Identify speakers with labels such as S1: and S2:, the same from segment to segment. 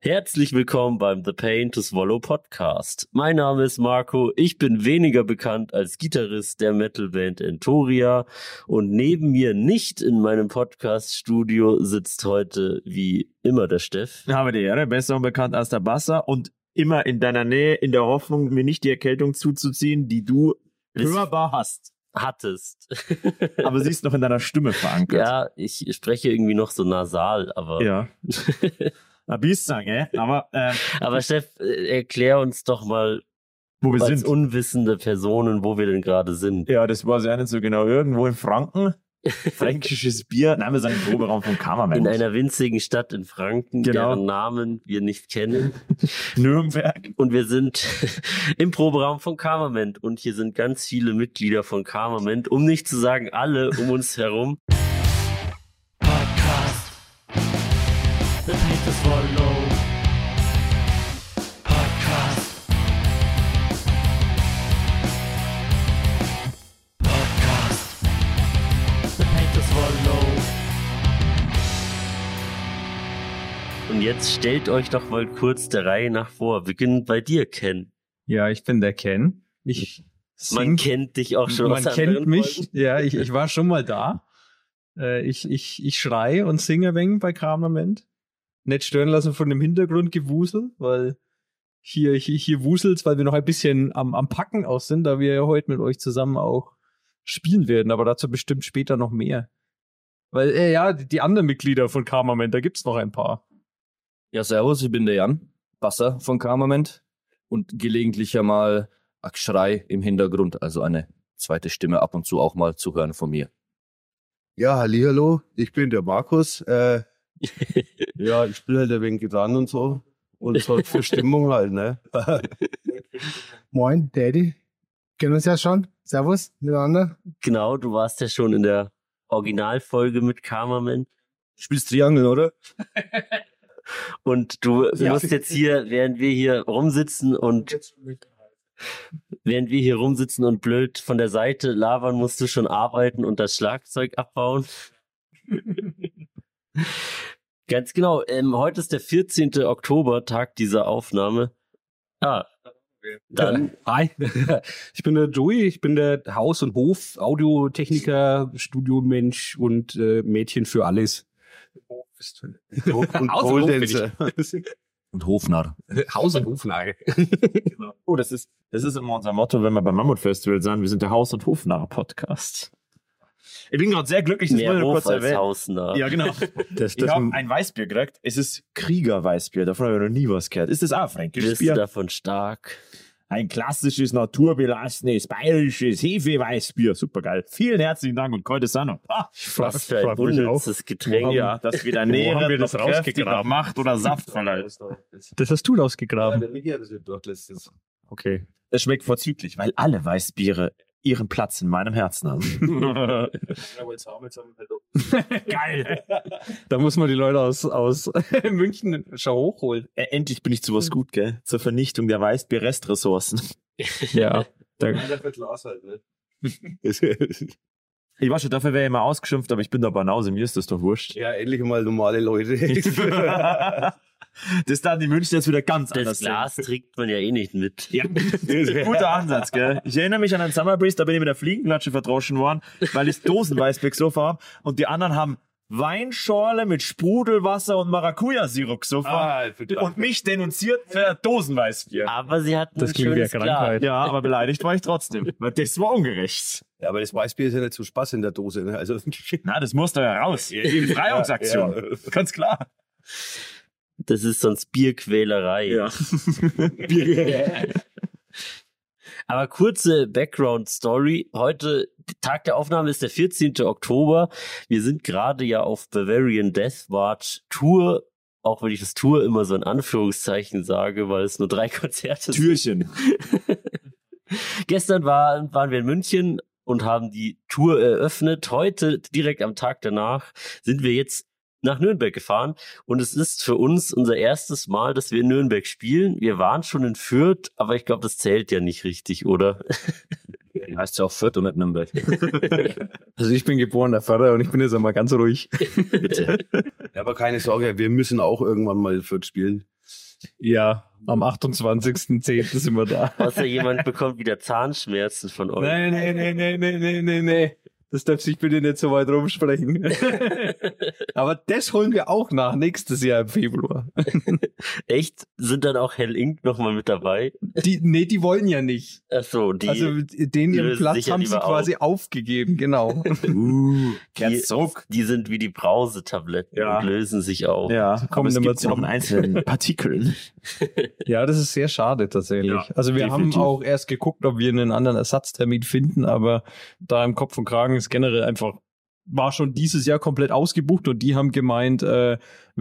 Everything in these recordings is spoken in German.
S1: Herzlich willkommen beim The Pain to Swallow Podcast. Mein Name ist Marco, ich bin weniger bekannt als Gitarrist der Metalband Entoria und neben mir nicht in meinem Podcast-Studio sitzt heute wie immer der Steff.
S2: Habe die Ehre, besser bekannt als der Basser und immer in deiner Nähe, in der Hoffnung, mir nicht die Erkältung zuzuziehen, die du
S1: Es-
S2: hörbar hast.
S1: Hattest.
S2: Aber sie ist noch in deiner Stimme verankert.
S1: ja, ich spreche irgendwie noch so nasal, aber.
S2: Ja. Na, Biestang, äh? Aber äh,
S1: Aber Steff, äh, erklär uns doch mal
S2: wo wir
S1: als
S2: sind.
S1: unwissende Personen, wo wir denn gerade sind.
S2: Ja, das weiß ich auch nicht so genau. Irgendwo in Franken. Fränkisches Bier. Nein, wir sind im Proberaum vom Kameramann.
S1: In einer winzigen Stadt in Franken,
S2: Genau.
S1: deren Namen wir nicht kennen.
S2: Nürnberg.
S1: Und wir sind im Proberaum von Karmament. Und hier sind ganz viele Mitglieder von Karmament, um nicht zu sagen alle um uns herum. Podcast. The Pain to Swallow. Podcast. Podcast. The Pain to Swallow. Und jetzt stellt euch doch mal kurz der Reihe nach vor. Beginnend bei dir, Ken.
S3: Ja, ich bin der Ken. Ich
S1: Man
S3: sing,
S1: kennt dich auch schon
S3: man
S1: aus
S3: kennt
S1: anderen
S3: mich.
S1: Folgen.
S3: Ja, ich, ich war schon mal da. Äh, ich, ich, ich schrei und singe ein wenig bei Kramament. Nicht stören lassen von dem Hintergrundgewusel, weil hier, hier, hier wuselt's, weil wir noch ein bisschen am, am Packen aus sind, da wir ja heute mit euch zusammen auch spielen werden, aber dazu bestimmt später noch mehr. Weil, äh, ja, die, die anderen Mitglieder von Kramament, da gibt's noch ein paar.
S4: Ja, servus, ich bin der Jan, Basser von Karmament und gelegentlich ja mal ein Geschrei im Hintergrund, also eine zweite Stimme ab und zu auch mal zu hören von mir.
S5: Ja, hallihallo, ich bin der Markus. Äh, ja, ich spiele halt ein wenig Gitarren und so. Und sorgt für Stimmung halt, ne?
S6: Moin, Daddy. Kennen uns ja schon. Servus, miteinander.
S1: Genau, du warst ja schon in der Originalfolge mit Karmaman.
S4: Spielst Triangle, oder?
S1: Und du
S6: Ja.
S1: musst jetzt hier, während wir hier rumsitzen und während wir hier rumsitzen und blöd von der Seite labern, musst du schon arbeiten und das Schlagzeug abbauen. Ganz genau. Ähm, heute ist der 14. Oktober, Tag dieser Aufnahme. Ah, dann
S7: Hi, ich bin der Joey, ich bin der Haus- und Hof-Audiotechniker, Studiomensch und äh, Mädchen für alles.
S5: Und
S7: Außer Lob bin ich.
S5: Pole-Dancer.
S4: Und Hofnarr.
S7: Haus- und Hofnagel.
S2: Oh, das ist, das ist immer unser Motto, wenn wir beim Mammut Festival sind. Wir sind der Haus- und Hofnarr-Podcast. Ich bin gerade sehr glücklich, das
S1: mehr
S2: wollte ich nur
S1: Hof
S2: kurz
S1: als
S2: erwähnen.
S1: Hausnah.
S2: Ja, genau.
S3: Das,
S2: Ich habe ein Weißbier gekriegt. Es ist Krieger-Weißbier. Davon habe ich noch nie was gehört. Ist das auch ein fränkisches
S1: Bist
S2: Bier?
S1: du davon stark?
S2: Ein klassisches, naturbelassenes, bayerisches Hefeweißbier. Supergeil. Vielen herzlichen Dank und Gottes Sano. Ah,
S1: Was für ein unnützes Getränk.
S2: ja, das wieder näher haben wir das rausgegraben. Macht oder Saft verleiht.
S3: das hast du rausgegraben.
S2: Okay. Es schmeckt vorzüglich, weil alle Weißbiere ihren Platz in meinem Herzen haben. Geil.
S3: also- Da muss man die Leute aus, aus München schon hochholen.
S2: Äh, Endlich bin ich zu was gut, gell? Zur Vernichtung der Weißbier-Restressourcen.
S3: Ja.
S2: Ich war schon, dafür wäre ich immer ausgeschimpft, aber ich bin da Banause, mir ist das doch wurscht.
S5: Ja, endlich mal normale Leute.
S2: das dann die München jetzt wieder ganz
S1: Das
S2: anders. sehen.
S1: Glas trägt man ja eh nicht mit.
S2: Ja, guter Ansatz, gell? Ich erinnere mich an einen Summer Breeze, da bin ich mit der Fliegenklatsche verdroschen worden, weil ich Dosenweißbeck so habe und die anderen haben Weinschorle mit Sprudelwasser und Maracuja-Sirup gesoffen und mich denunziert für Dosenweißbier.
S1: Aber sie hatten
S3: Das
S1: ein
S3: klingt wie eine
S1: schönes Glas.
S3: Krankheit.
S2: Ja, aber beleidigt war ich trotzdem, weil das war ungerecht.
S5: ja, aber das Weißbier ist ja nicht so Spaß in der Dose, ne? Also,
S2: Na, das musste ja raus. Eben Freiungsaktion. Ganz klar.
S1: Das ist sonst Bierquälerei. Aber kurze Background-Story. Heute, Tag der Aufnahme ist der 14. Oktober. Wir sind gerade ja auf Bavarian Death March Tour. Auch wenn ich das Tour immer so in Anführungszeichen sage, weil es nur drei Konzerte sind.
S2: Türchen.
S1: Gestern war, waren wir in München und haben die Tour eröffnet. Heute, direkt am Tag danach, sind wir jetzt nach Nürnberg gefahren. Und es ist für uns unser erstes Mal, dass wir in Nürnberg spielen. Wir waren schon in Fürth, aber ich glaube, das zählt ja nicht richtig, oder?
S4: Heißt ja auch Fürth und nicht Nürnberg.
S3: Also ich bin geborener Förder und ich bin jetzt einmal ganz ruhig.
S5: ja, aber keine Sorge, wir müssen auch irgendwann mal Fürth spielen.
S3: Ja, am 28.10. sind wir da.
S1: Außer jemand bekommt wieder Zahnschmerzen von euch.
S3: Nein, nein, nein, nein, nein, nein, nein, nein. Das darf sich bitte nicht so weit rumsprechen. Aber das holen wir auch nach nächstes Jahr im Februar.
S1: Echt? Sind dann auch Hell Inc. nochmal mit dabei?
S3: Die, nee, die wollen ja nicht.
S1: Ach so, die.
S3: also den
S1: die
S3: ihren
S1: lösen sich
S3: Platz
S1: ja
S3: haben sie
S1: lieber
S3: quasi aufgegeben, genau.
S1: uh, die,
S2: Kehrt's zurück.
S1: die sind wie die Brausetabletten
S2: Ja.
S1: und lösen sich auf.
S2: Ja, aber
S3: kommen
S2: es
S3: immer
S2: gibt ja noch einen
S3: zurück.
S2: einzelnen Partikel.
S3: ja, das ist sehr schade tatsächlich. also wir
S2: definitiv.
S3: haben auch erst geguckt, ob wir einen anderen Ersatztermin finden, aber da im Kopf und Kragen ist generell einfach, war schon dieses Jahr komplett ausgebucht und die haben gemeint, äh,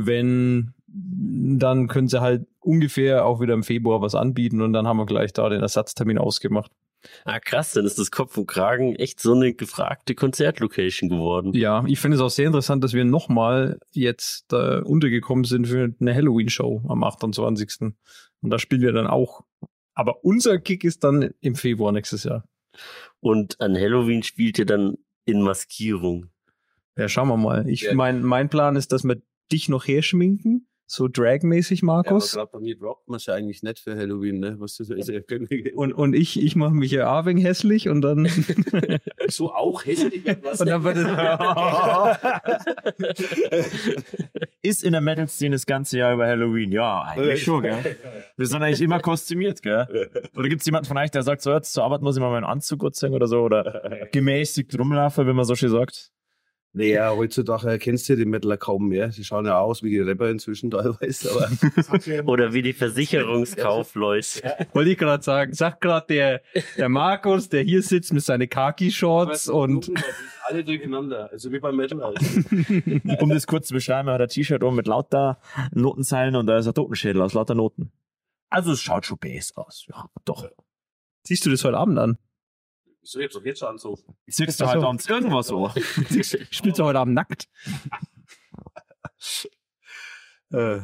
S3: wenn, dann können sie halt ungefähr auch wieder im Februar was anbieten und dann haben wir gleich da den Ersatztermin ausgemacht.
S1: Ah, krass, dann ist das Kopf und Kragen echt so eine gefragte Konzertlocation geworden.
S3: Ja, ich finde es auch sehr interessant, dass wir nochmal jetzt äh, untergekommen sind für eine Halloween-Show am 28. Und da spielen wir dann auch. Aber unser Kick ist dann im Februar nächstes Jahr.
S1: Und an Halloween spielt ihr dann in Maskierung.
S3: Ja, schauen wir mal. Ich
S4: Ja.
S3: mein, mein Plan ist, dass wir dich noch herschminken, so dragmäßig,
S5: Ja, aber
S3: Markus.
S5: gerade bei mir droppt man es ja eigentlich nicht für Halloween, ne? Was das ist.
S3: und, und ich, ich mache mich ja Arwing hässlich und dann.
S4: So auch hässlich.
S3: und dann wird
S2: Ist in der Metal-Szene das ganze Jahr über Halloween. Ja,
S3: Äh.
S2: eigentlich schon, gell? Wir sind eigentlich immer kostümiert, gell? Oder gibt's jemanden von euch, der sagt, so jetzt zur Arbeit muss ich mal meinen Anzug anziehen oder so? Oder gemäßigt rumlaufen, wenn man so schön sagt?
S5: Naja, heutzutage erkennst du die Metaler kaum mehr. Die schauen ja aus wie die Rapper inzwischen teilweise, aber
S1: Oder wie die Versicherungskaufleute.
S3: Wollte ich gerade sagen. Sagt gerade der, der Markus, der hier sitzt mit seinen Khaki-Shorts und.
S5: alle durcheinander. Also wie beim Metal halt.
S2: Um das kurz zu beschreiben, er hat ein T-Shirt um mit lauter Notenzeilen und da ist ein Totenschädel aus lauter Noten. Also es schaut schon bass aus. Ja, doch.
S3: Siehst du das heute Abend an?
S5: So jetzt doch jetzt schon so.
S2: Siehst du
S3: Ach so. Äh,
S2: heute Abend halt irgendwas so?
S3: Spielst du heute Abend nackt?
S5: Äh.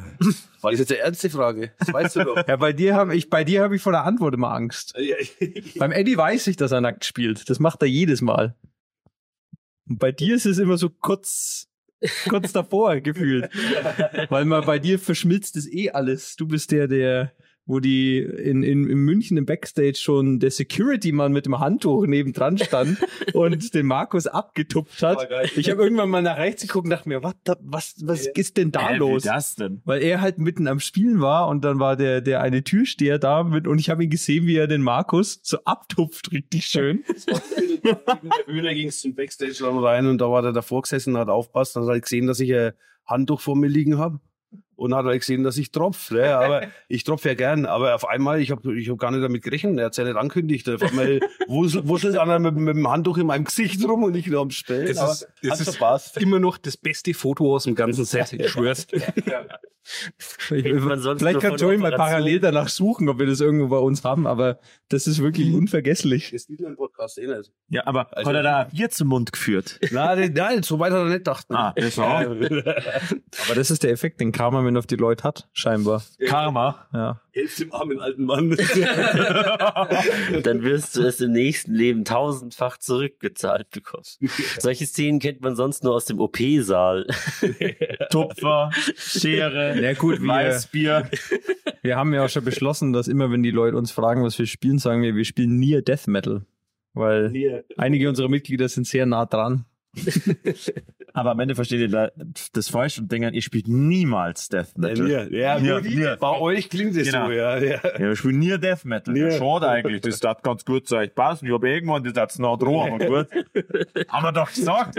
S5: War das jetzt eine ernste Frage? Das weißt du doch.
S3: Ja, bei dir habe ich, bei dir habe ich vor der Antwort immer Angst.
S5: Ja,
S3: Beim Eddie weiß ich, dass er nackt spielt. Das macht er jedes Mal. Und bei dir ist es immer so kurz, kurz davor gefühlt. Weil man bei dir verschmilzt es eh alles. Du bist der, der, wo die in, in, in München im Backstage schon der Security-Mann mit dem Handtuch nebendran stand und den Markus abgetupft
S5: War
S3: hat.
S5: geil.
S3: Ich habe irgendwann mal nach rechts geguckt und dachte mir, what the, was, was ist denn da
S2: Äh, wie
S3: los?
S2: das denn?
S3: weil er halt mitten am Spielen war und dann war der der eine Türsteher da mit und ich habe ihn gesehen, wie er den Markus so abtupft, richtig schön.
S5: In der Bühne ging es zum Backstage-Raum rein und da war der davor gesessen, hat aufpasst, dann hat er gesehen, dass ich ein Handtuch vor mir liegen habe und hat er gesehen, dass ich tropf. Ne? Aber ich tropf ja gern, aber auf einmal, ich habe ich hab gar nicht damit gerechnet, er hat es ja nicht angekündigt. Auf einmal wuschel- wuschelt einer mit, mit dem Handtuch in meinem Gesicht rum und ich nur am Stellen.
S7: Das ist, das ist
S5: Spaß.
S7: immer noch das beste Foto aus dem ganzen Set, ich schwör's.
S1: Hängt man sonst
S3: Vielleicht
S1: nur
S3: kann
S1: von
S3: Joey mal
S1: Operation?
S3: parallel danach suchen, ob wir das irgendwo bei uns haben, aber das ist wirklich unvergesslich.
S5: Das sieht man im Podcast eh nicht.
S2: Mhm. Ja, aber
S5: Also-
S2: hat er da ein Bier zum Mund geführt?
S5: Nein, nein, so weit hat er nicht gedacht.
S2: Ah, das war auch
S3: Aber das ist der Effekt, den Karma auf die Leute hat, scheinbar.
S2: Karma.
S3: Ja.
S5: Hilft dem armen alten Mann.
S1: Dann wirst du es im nächsten Leben tausendfach zurückgezahlt bekommen. Solche Szenen kennt man sonst nur aus dem OP-Saal.
S2: Tupfer, Schere,
S3: Ja gut, wir,
S2: Weißbier.
S3: wir haben ja auch schon beschlossen, dass immer wenn die Leute uns fragen, was wir spielen, sagen wir, wir spielen Near Death Metal, weil einige unserer Mitglieder sind sehr nah dran.
S2: Aber am Ende versteht ihr da- das falsch und denkt, an, ihr spielt niemals Death Metal.
S5: Ja,
S2: Ja,
S5: mir. Bei euch klingt es
S2: Genau.
S5: so, ja. ja.
S2: Ja, wir spielen nie Death Metal. Ja. Schade eigentlich, das darf ganz gut sein. Ich passen. Ich eh habe irgendwann das hat's nah dran, aber gut. Haben wir doch gesagt.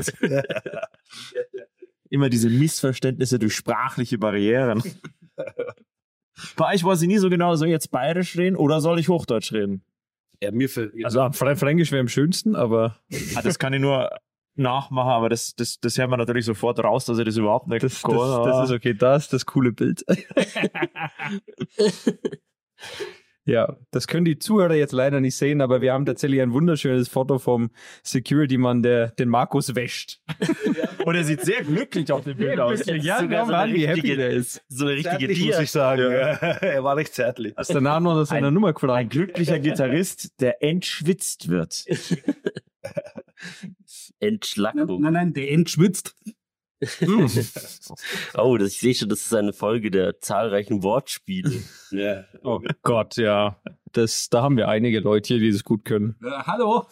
S2: Immer diese Missverständnisse durch sprachliche Barrieren. Bei euch weiß ich nie so genau, soll ich jetzt bayerisch reden oder soll ich Hochdeutsch reden?
S5: ja mir fällt
S3: Also am Fr- Fränkisch wäre am schönsten, aber
S2: Ah, das kann ich nur nachmachen, aber das, das, das hört man natürlich sofort raus, dass ich das überhaupt nicht
S3: Das,
S2: kann,
S5: Genau.
S3: das,
S2: aber-
S3: das ist okay, da ist das coole Bild. ja, das können die Zuhörer jetzt leider nicht sehen, aber wir haben tatsächlich ein wunderschönes Foto vom Security-Mann, der den Markus wäscht. Genau.
S2: Und er sieht sehr glücklich auf dem Bild aus.
S3: Ja,
S1: sogar
S3: schau
S1: so
S3: mal an,
S1: eine
S3: wie happy
S1: richtige-
S3: der ist.
S1: So eine richtige
S5: zärtlich, muss
S1: Tier.
S5: ich sagen. Ja. Er war recht zärtlich.
S3: Hast danach noch nach seiner Nummer
S2: Ein
S3: gefragt.
S2: glücklicher Gitarrist, der entschwitzt wird.
S1: Entschlackung.
S7: Nein, nein, der entschwitzt.
S1: Oh, das, ich sehe schon, das ist eine Folge der zahlreichen Wortspiele.
S5: Ja.
S3: Oh Gott, ja. Das, da haben wir einige Leute hier, die das gut können.
S7: Äh, hallo.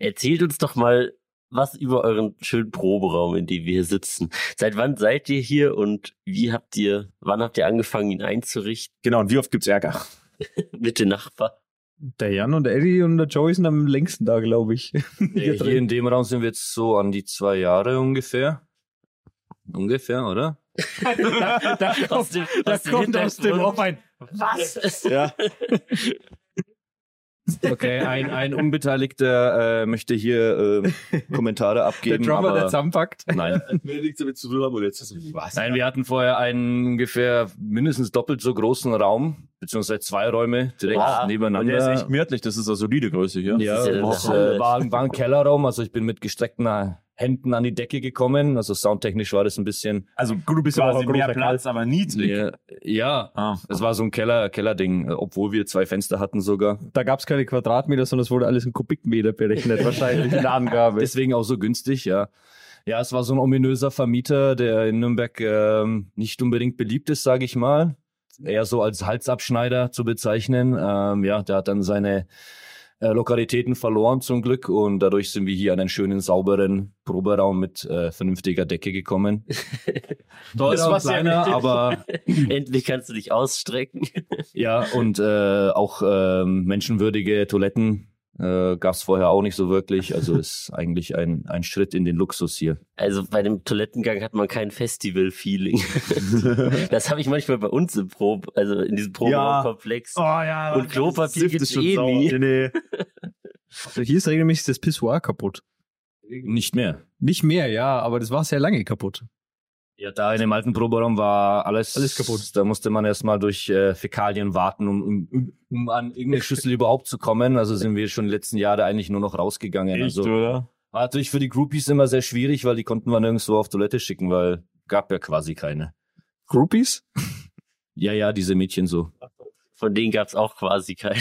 S1: Erzählt uns doch mal was über euren schönen Proberaum, in dem wir hier sitzen. Seit wann seid ihr hier und wie habt ihr, wann habt ihr angefangen, ihn einzurichten
S2: Genau, und wie oft gibt's Ärger?
S1: mit den Nachbarn?
S3: Der Jan und der Eddie und der Joey sind am längsten da, glaube ich.
S1: Äh,
S4: Hier, hier in dem Raum sind wir jetzt so an die zwei Jahre ungefähr. Ungefähr, oder?
S3: da
S1: Aus dem,
S3: da kommt aus dem
S1: Hintergrund.
S3: Off ein.
S1: Was?
S4: Okay, ein, ein Unbeteiligter äh, möchte hier äh, Kommentare
S3: Der
S4: abgeben.
S3: Drummer, der
S4: aber
S3: zusammenpackt.
S4: nein.
S5: Mir nichts damit zu tun haben und jetzt ist was.
S4: Nein, wir hatten vorher einen ungefähr mindestens doppelt so großen Raum, beziehungsweise zwei Räume direkt
S1: Ah,
S4: nebeneinander.
S2: Und Genau, der ist echt gemütlich, das ist eine solide Größe hier.
S4: ja,
S1: Das ist ja
S4: das
S1: der
S4: äh, war, war ein Kellerraum, also ich bin mit gestreckten Händen an die Decke gekommen. Also soundtechnisch war das ein bisschen.
S2: Also gut, du bist
S3: Quasi
S2: quasi mehr
S3: großer
S2: Platz, aber niedrig.
S4: Ja, ja,
S2: Ah.
S4: es war so ein Keller, Kellerding, äh, obwohl wir zwei Fenster hatten sogar.
S3: Da gab es keine Quadratmeter, sondern es wurde alles in Kubikmeter berechnet, wahrscheinlich in der Angabe.
S4: Deswegen auch so günstig, ja. Ja, es war so ein ominöser Vermieter, der in Nürnberg ähm, nicht unbedingt beliebt ist, sage ich mal. Eher so als Halsabschneider zu bezeichnen. Ähm, ja, der hat dann seine äh, Lokalitäten verloren zum Glück und dadurch sind wir hier an einen schönen, sauberen Proberaum mit äh, vernünftiger Decke gekommen.
S3: Genau,
S4: Teurer und
S1: war's ja
S4: kleiner,
S1: nicht.
S4: aber
S1: Endlich kannst du dich ausstrecken.
S4: ja, und äh, auch ähm, menschenwürdige Toiletten äh, gab es vorher auch nicht so wirklich. Also ist eigentlich ein, ein Schritt in den Luxus hier.
S1: Also bei dem Toilettengang hat man kein Festival-Feeling. das habe ich manchmal bei uns im Probe, also in diesem Proberaumkomplex.
S2: Oh ja,
S1: Und Klopapier
S2: Sift
S1: gibt's
S2: ist schon
S1: eh
S2: sauer.
S1: nie.
S2: Nee, nee.
S3: Also hier ist regelmäßig das Pissoir kaputt.
S4: Nicht mehr.
S3: Nicht mehr, ja, aber das war sehr lange kaputt.
S4: Ja, da in dem alten Proberaum war alles,
S3: Alles kaputt.
S4: Da musste man erstmal durch äh, Fäkalien warten, um, um, um an irgendeine Schüssel überhaupt zu kommen. Also sind wir schon die letzten Jahre eigentlich nur noch rausgegangen.
S2: Echt,
S4: also
S2: oder?
S4: war natürlich für die Groupies immer sehr schwierig, weil die konnten wir nirgendwo auf Toilette schicken, weil gab ja quasi keine.
S3: Groupies?
S4: Ja, ja, diese Mädchen so.
S1: Von denen gab es auch quasi keine.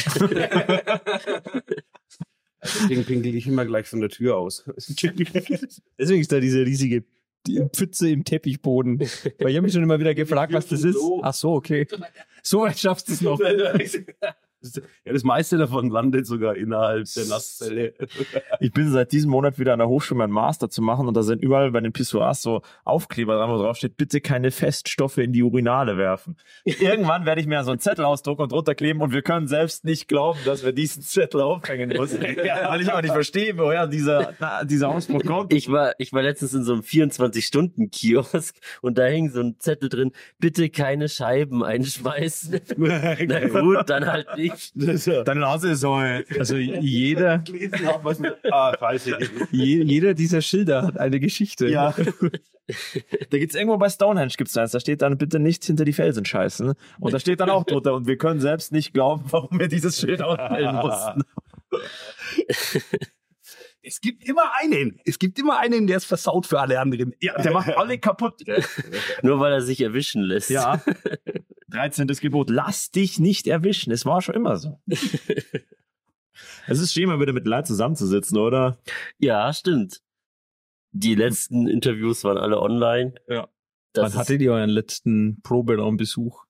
S5: Deswegen pinkel ich immer gleich von der Tür aus.
S3: Deswegen ist da diese riesige die Pfütze im Teppichboden. Weil ich habe mich schon immer wieder gefragt, was das ist. Ach so, okay. So weit schaffst du es noch.
S5: ja, das meiste davon landet sogar innerhalb der Nasszelle.
S2: Ich bin seit diesem Monat wieder an der Hochschule meinen Master zu machen und da sind überall bei den Pissoirs so Aufkleber dran, wo drauf steht, bitte keine Feststoffe in die Urinale werfen. Irgendwann werde ich mir so einen Zettel ausdrucken und runterkleben und wir können selbst nicht glauben, dass wir diesen Zettel aufhängen müssen. Weil ich aber nicht verstehe, woher dieser, na, dieser Ausbruch kommt.
S1: Ich war, ich war letztens in so einem 24-Stunden-Kiosk und da hing so ein Zettel drin, bitte keine Scheiben einschmeißen. Na gut, dann halt nicht.
S2: Dann lass es halt.
S3: Also jeder,
S5: ah, scheiße.
S3: je, jeder dieser Schilder hat eine Geschichte.
S2: Ja. da gibt's irgendwo bei Stonehenge gibt's eins, da steht dann bitte nicht hinter die Felsen scheißen. Und da steht dann auch drunter und wir können selbst nicht glauben, warum wir dieses Schild aufstellen mussten.
S7: es gibt immer einen. Es gibt immer einen, der es versaut für alle anderen.
S2: Ja, der macht alle kaputt.
S1: Nur weil er sich erwischen lässt.
S2: Ja. 13. Gebot. Lass dich nicht erwischen. Es war schon immer so. Es ist schön, mal wieder mit Leid zusammenzusitzen, oder?
S1: ja stimmt. Die letzten Interviews waren alle online.
S3: Ja.
S1: Das
S3: Wann hattet ihr euren letzten Proberaumbesuch?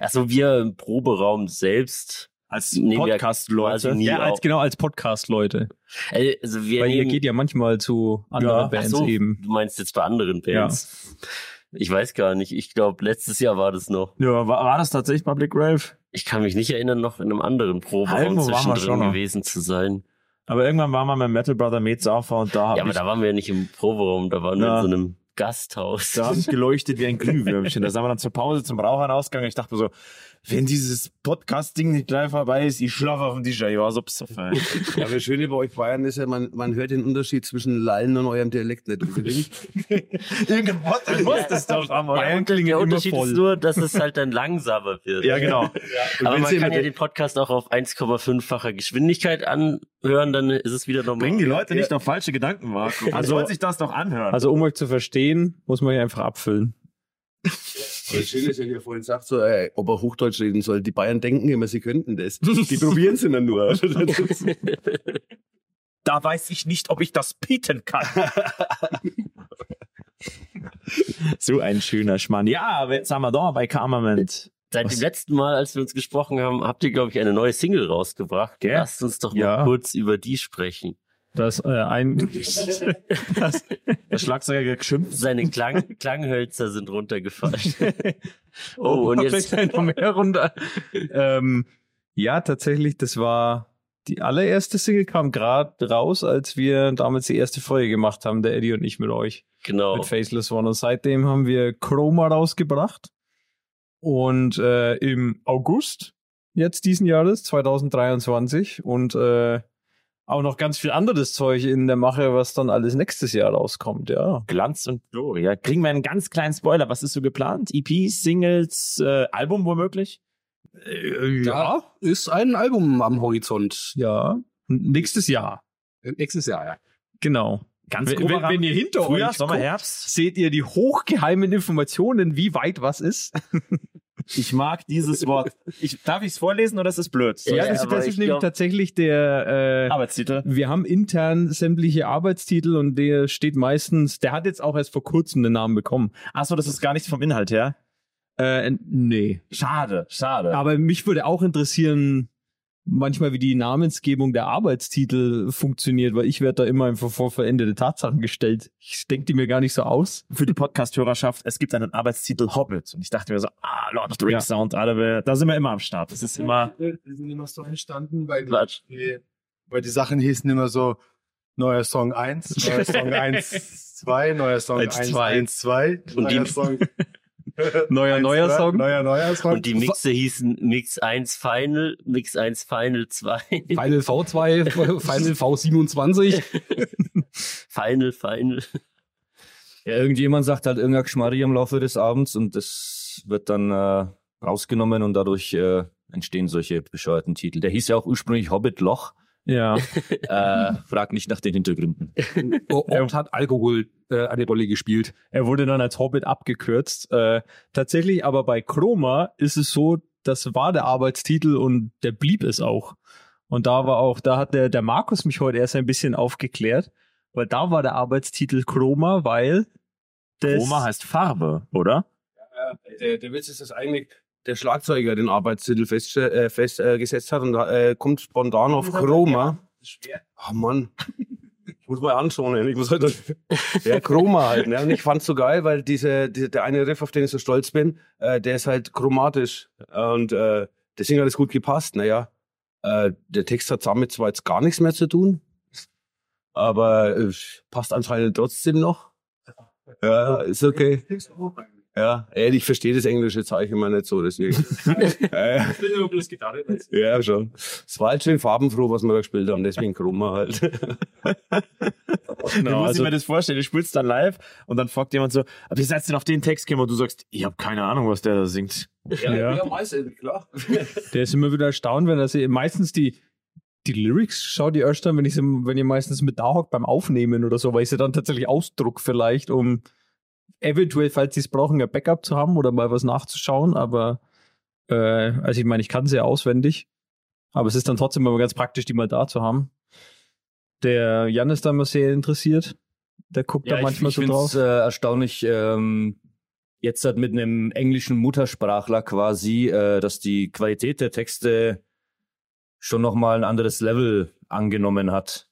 S1: Also wir im Proberaum selbst.
S2: Als
S1: Nee, wir
S2: Podcast-Leute.
S1: quasi nie
S2: Ja,
S1: auf.
S2: als-
S3: genau, als Podcast-Leute.
S1: Also wir
S3: Weil ihr
S1: nehmen,
S3: geht ja manchmal zu anderen
S2: Ja.
S3: Bands
S1: Ach so,
S3: eben.
S1: Du meinst jetzt bei anderen Bands. Ich weiß gar nicht. Ich glaube, letztes Jahr war das noch.
S2: ja, war, war das tatsächlich Public Rave?
S1: Ich kann mich nicht erinnern, noch in einem anderen Proberaum
S2: Irgendwo waren wir schon
S1: zwischendrin
S2: noch.
S1: gewesen zu sein.
S2: Aber irgendwann waren wir mit Metal Brother Metz auf und da
S1: Ja,
S2: habe
S1: aber
S2: ich,
S1: da waren wir ja nicht im Proberaum, da waren wir
S2: Ja.
S1: in so einem Gasthaus.
S2: da hab ich geleuchtet wie ein Glühwürmchen. da sind wir dann zur Pause zum Rauchern ausgegangen. Ich dachte mir so, wenn dieses Podcast-Ding nicht gleich vorbei ist, ich schlafe auf dem Tisch. Ich war so besoffen. ey.
S5: Ja, aber das Schöne bei euch Bayern ist ja, man, man hört den Unterschied zwischen Lallen und eurem Dialekt nicht unbedingt.
S2: Irgendwas du musst es doch haben, oder?
S1: Ja, und der Unterschied ist nur, dass es halt dann langsamer wird.
S2: Ja, genau.
S1: Aber
S5: wenn's
S1: man kann
S5: jemand-
S1: ja den Podcast auch auf 1,5-facher Geschwindigkeit anhören, dann ist es wieder normal.
S2: Bring die Leute nicht auf falsche Gedanken, Marco. Man
S3: Also-
S2: soll sich das doch anhören.
S3: Also um euch zu verstehen, muss man hier einfach abfüllen.
S5: Das Schöne ist, wenn ihr vorhin sagt, so, ey, ob er Hochdeutsch reden soll. Die Bayern denken immer, sie könnten das. Die probieren es ja nur.
S2: Da weiß ich nicht, ob ich das bieten kann. so ein schöner Schmann. Ja, aber jetzt haben wir da bei Kammerment.
S1: Seit dem letzten Mal, als wir uns gesprochen haben, habt ihr, glaube ich, eine neue Single rausgebracht.
S2: Gell?
S1: Lasst uns doch mal
S3: Ja.
S1: kurz über die sprechen.
S3: Das äh, ein
S2: Der Schlagzeuger hat geschimpft.
S1: Seine Klang Klanghölzer sind runtergefallen. oh, und
S3: Vielleicht
S1: jetzt.
S3: noch mehr runter. ähm, ja, tatsächlich, das war die allererste Single kam gerade raus, als wir damals die erste Folge gemacht haben, der Eddie und ich mit euch.
S1: Genau.
S3: mit Faceless One. Und seitdem haben wir Chroma rausgebracht. Und äh, im August jetzt diesen Jahres, 2023. Und äh, auch noch ganz viel anderes Zeug in der Mache, was dann alles nächstes Jahr rauskommt, ja.
S2: Glanz und Gloria. Kriegen wir einen ganz kleinen Spoiler. Was ist so geplant? EPs, Singles, äh, Album womöglich?
S7: Ja, ist ein Album am Horizont.
S3: Ja. Nächstes Jahr.
S7: Nächstes Jahr, ja.
S3: Genau.
S2: Ganz
S3: wenn, wenn, wenn ihr hinter
S2: Frühjahr,
S3: euch
S2: Sommer,
S3: guckt,
S2: Herbst.
S3: seht ihr die hochgeheimen Informationen, wie weit was ist.
S2: Ich mag dieses Wort. Ich, darf ich es vorlesen oder ist es blöd?
S1: Ja,
S3: das,
S1: aber
S3: das
S1: ich
S3: ist nämlich
S1: glaub-
S3: tatsächlich der äh,
S2: Arbeitstitel.
S3: Wir haben intern sämtliche Arbeitstitel und der steht meistens, der hat jetzt auch erst vor kurzem den Namen bekommen.
S2: Achso, das ist gar nichts vom Inhalt her.
S3: Äh, nee.
S2: Schade, schade.
S3: Aber mich würde auch interessieren, manchmal wie die Namensgebung der Arbeitstitel funktioniert, weil ich werde da immer einfach vor veränderte Tatsachen gestellt. Ich denke die mir gar nicht so aus.
S2: für die Podcast-Hörerschaft, es gibt einen Arbeitstitel Hobbit. Und ich dachte mir so, ah, Lord of the Rings Sound, alle, da sind wir immer am Start. Das ist immer.
S6: Die sind immer so entstanden, weil
S1: Quatsch.
S6: die, weil die Sachen hießen immer so, neuer Song 1, neuer Song 1, 2, neuer Song 1,
S3: Eins,
S6: 1,
S3: zwei.
S6: 2,
S1: Und die-
S6: neuer Song.
S3: Neuer,
S6: eins,
S3: neuer
S6: zwei,
S3: Song.
S6: Neuer, neuer Song.
S1: Und die Mixe hießen Mix 1 Final, Mix 1 Final 2,
S7: Final V2, Final V27.
S1: Final Final.
S4: Ja, irgendjemand sagt halt irgendein Geschmarri im Laufe des Abends und das wird dann äh, rausgenommen und dadurch äh, entstehen solche bescheuerten Titel. Der hieß ja auch ursprünglich Hobbit Loch.
S3: Ja.
S4: Äh, frag nicht nach den Hintergründen.
S7: Oh, Oft hat Alkohol äh, eine Rolle gespielt.
S3: Er wurde dann als Hobbit abgekürzt. Äh, tatsächlich aber bei Chroma ist es so, das war der Arbeitstitel und der blieb es auch. Und da war auch, da hat der, der Markus mich heute erst ein bisschen aufgeklärt, weil da war der Arbeitstitel Chroma, weil das
S2: Oma heißt Farbe, oder?
S5: Der, der Witz ist, dass eigentlich der Schlagzeuger den Arbeitstitel festgesetzt äh, fest, äh, gesetzt hat und da, äh, kommt spontan auf Chroma. Ach Mann. Ich muss mal anschauen, ich muss halt ja, Chroma halt. Ne? Und ich fand's so geil, weil diese, diese, der eine Riff, auf den ich so stolz bin, äh, der ist halt chromatisch. Und äh, deswegen hat es gut gepasst. Naja, äh, der Text hat damit zwar jetzt gar nichts mehr zu tun, aber äh, passt anscheinend trotzdem noch. Ja, ist okay. Ja, ey, ich verstehe das englische Zeichen immer nicht so, deswegen. ja, ja. ja, schon. Es war halt schön farbenfroh, was wir da gespielt haben, deswegen Chroma halt.
S2: Wie
S3: Genau,
S2: muss ich
S3: also,
S2: mir das vorstellen? Du spielst dann live und dann fragt jemand so, wie seid denn auf den Text gekommen? Und du sagst, ich habe keine Ahnung, was der da singt.
S3: ja,
S5: weiß ich, klar.
S3: der ist immer wieder erstaunt, wenn er sie meistens die die Lyrics schaut ihr erst an, wenn ich sie, wenn ihr meistens mit da hockt beim Aufnehmen oder so, weil ich sie dann tatsächlich ausdruck vielleicht, um eventuell, falls sie es brauchen, ein Backup zu haben oder mal was nachzuschauen, aber äh, also ich meine, ich kann sie ja auswendig, aber es ist dann trotzdem immer ganz praktisch, die mal da zu haben. Der Jan ist da immer sehr interessiert. Der guckt da manchmal
S4: ich,
S3: so
S4: ich
S3: drauf.
S4: Äh, erstaunlich, ähm, jetzt halt mit einem englischen Muttersprachler quasi, äh, dass die Qualität der Texte schon nochmal ein anderes Level angenommen hat.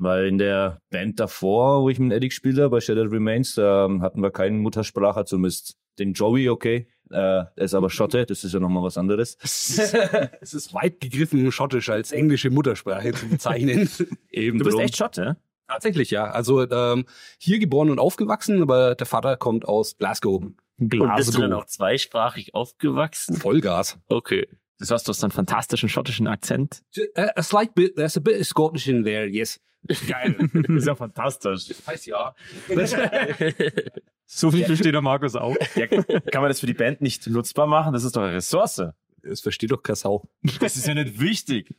S4: Weil in der Band davor, wo ich mit Eddie gespielt habe, bei Shattered Remains, da ähm, hatten wir keinen Mutterspracher, zumindest den Joey, okay. Äh, der ist aber Schotte, das ist ja nochmal was anderes.
S7: Es ist weit gegriffen, Schottisch als englische Muttersprache zu bezeichnen.
S4: Eben
S2: Du bist
S4: drum.
S2: echt Schotte?
S7: Tatsächlich, ja. Also ähm, hier geboren und aufgewachsen, aber der Vater kommt aus Glasgow.
S1: Und bist du dann auch zweisprachig aufgewachsen?
S7: Vollgas.
S1: Okay.
S2: Das heißt, du hast einen fantastischen schottischen Akzent.
S7: äh, A, a slight bit, there's a bit of Scottish in there, yes.
S2: Geil. das ist ja fantastisch.
S7: Heißt ja.
S3: so viel versteht der Markus auch.
S2: Ja, kann man das für die Band nicht nutzbar machen? Das ist doch eine Ressource.
S7: Das versteht doch Kassau.
S2: Das ist ja nicht wichtig.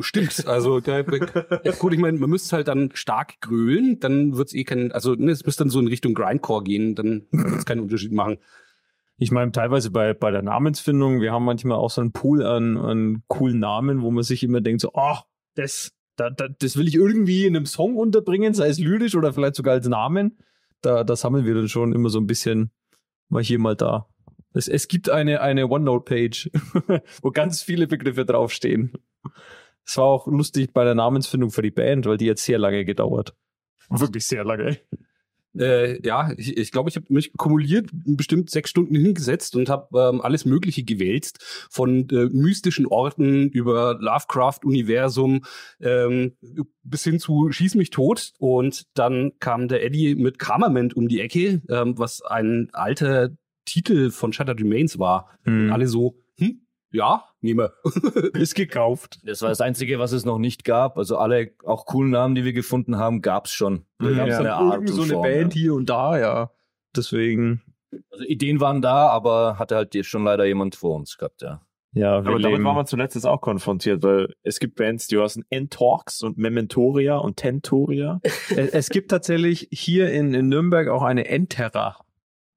S7: Stimmt, also ja, gut, ich meine, man müsste halt dann stark grölen, dann wird's eh kein, also ne, es müsste dann so in Richtung Grindcore gehen, dann wird's keinen Unterschied machen.
S3: Ich meine, teilweise bei, bei der Namensfindung, wir haben manchmal auch so einen Pool an, an coolen Namen, wo man sich immer denkt, so, oh, das, da, da, das will ich irgendwie in einem Song unterbringen, sei es lyrisch oder vielleicht sogar als Namen. Da, da sammeln wir dann schon immer so ein bisschen mal hier, mal da. Es, es gibt eine, eine OneNote-Page, wo ganz viele Begriffe draufstehen. Es war auch lustig bei der Namensfindung für die Band, weil die hat sehr lange gedauert. Wirklich sehr lange.
S7: Äh, ja, ich glaube, ich, glaub, ich habe mich kumuliert bestimmt sechs Stunden hingesetzt und habe ähm, alles Mögliche gewälzt. Von äh, mystischen Orten über Lovecraft-Universum ähm, bis hin zu Schieß mich tot. Und dann kam der Eddie mit Kramerment um die Ecke, ähm, was ein alter Titel von Shattered Remains war.
S2: Mhm.
S7: Und alle so, hm, ja, nehmen wir.
S3: Ist gekauft.
S4: Das war das Einzige, was es noch nicht gab. Also alle auch coolen Namen, die wir gefunden haben, gab's schon. Da gab's
S3: Mhm. Ja.
S4: eine Art
S3: Irgend
S4: und
S3: so eine
S4: Form,
S3: Band
S4: ja.
S3: hier und da, ja. Deswegen.
S4: Also Ideen waren da, aber hatte halt jetzt schon leider jemand vor uns gehabt, ja.
S3: Ja,
S2: Aber damit waren wir zuletzt jetzt auch konfrontiert, weil es gibt Bands, die heißen Entorx und Mementoria und Tentoria.
S3: es, es gibt tatsächlich hier in, in Nürnberg auch eine Enterra.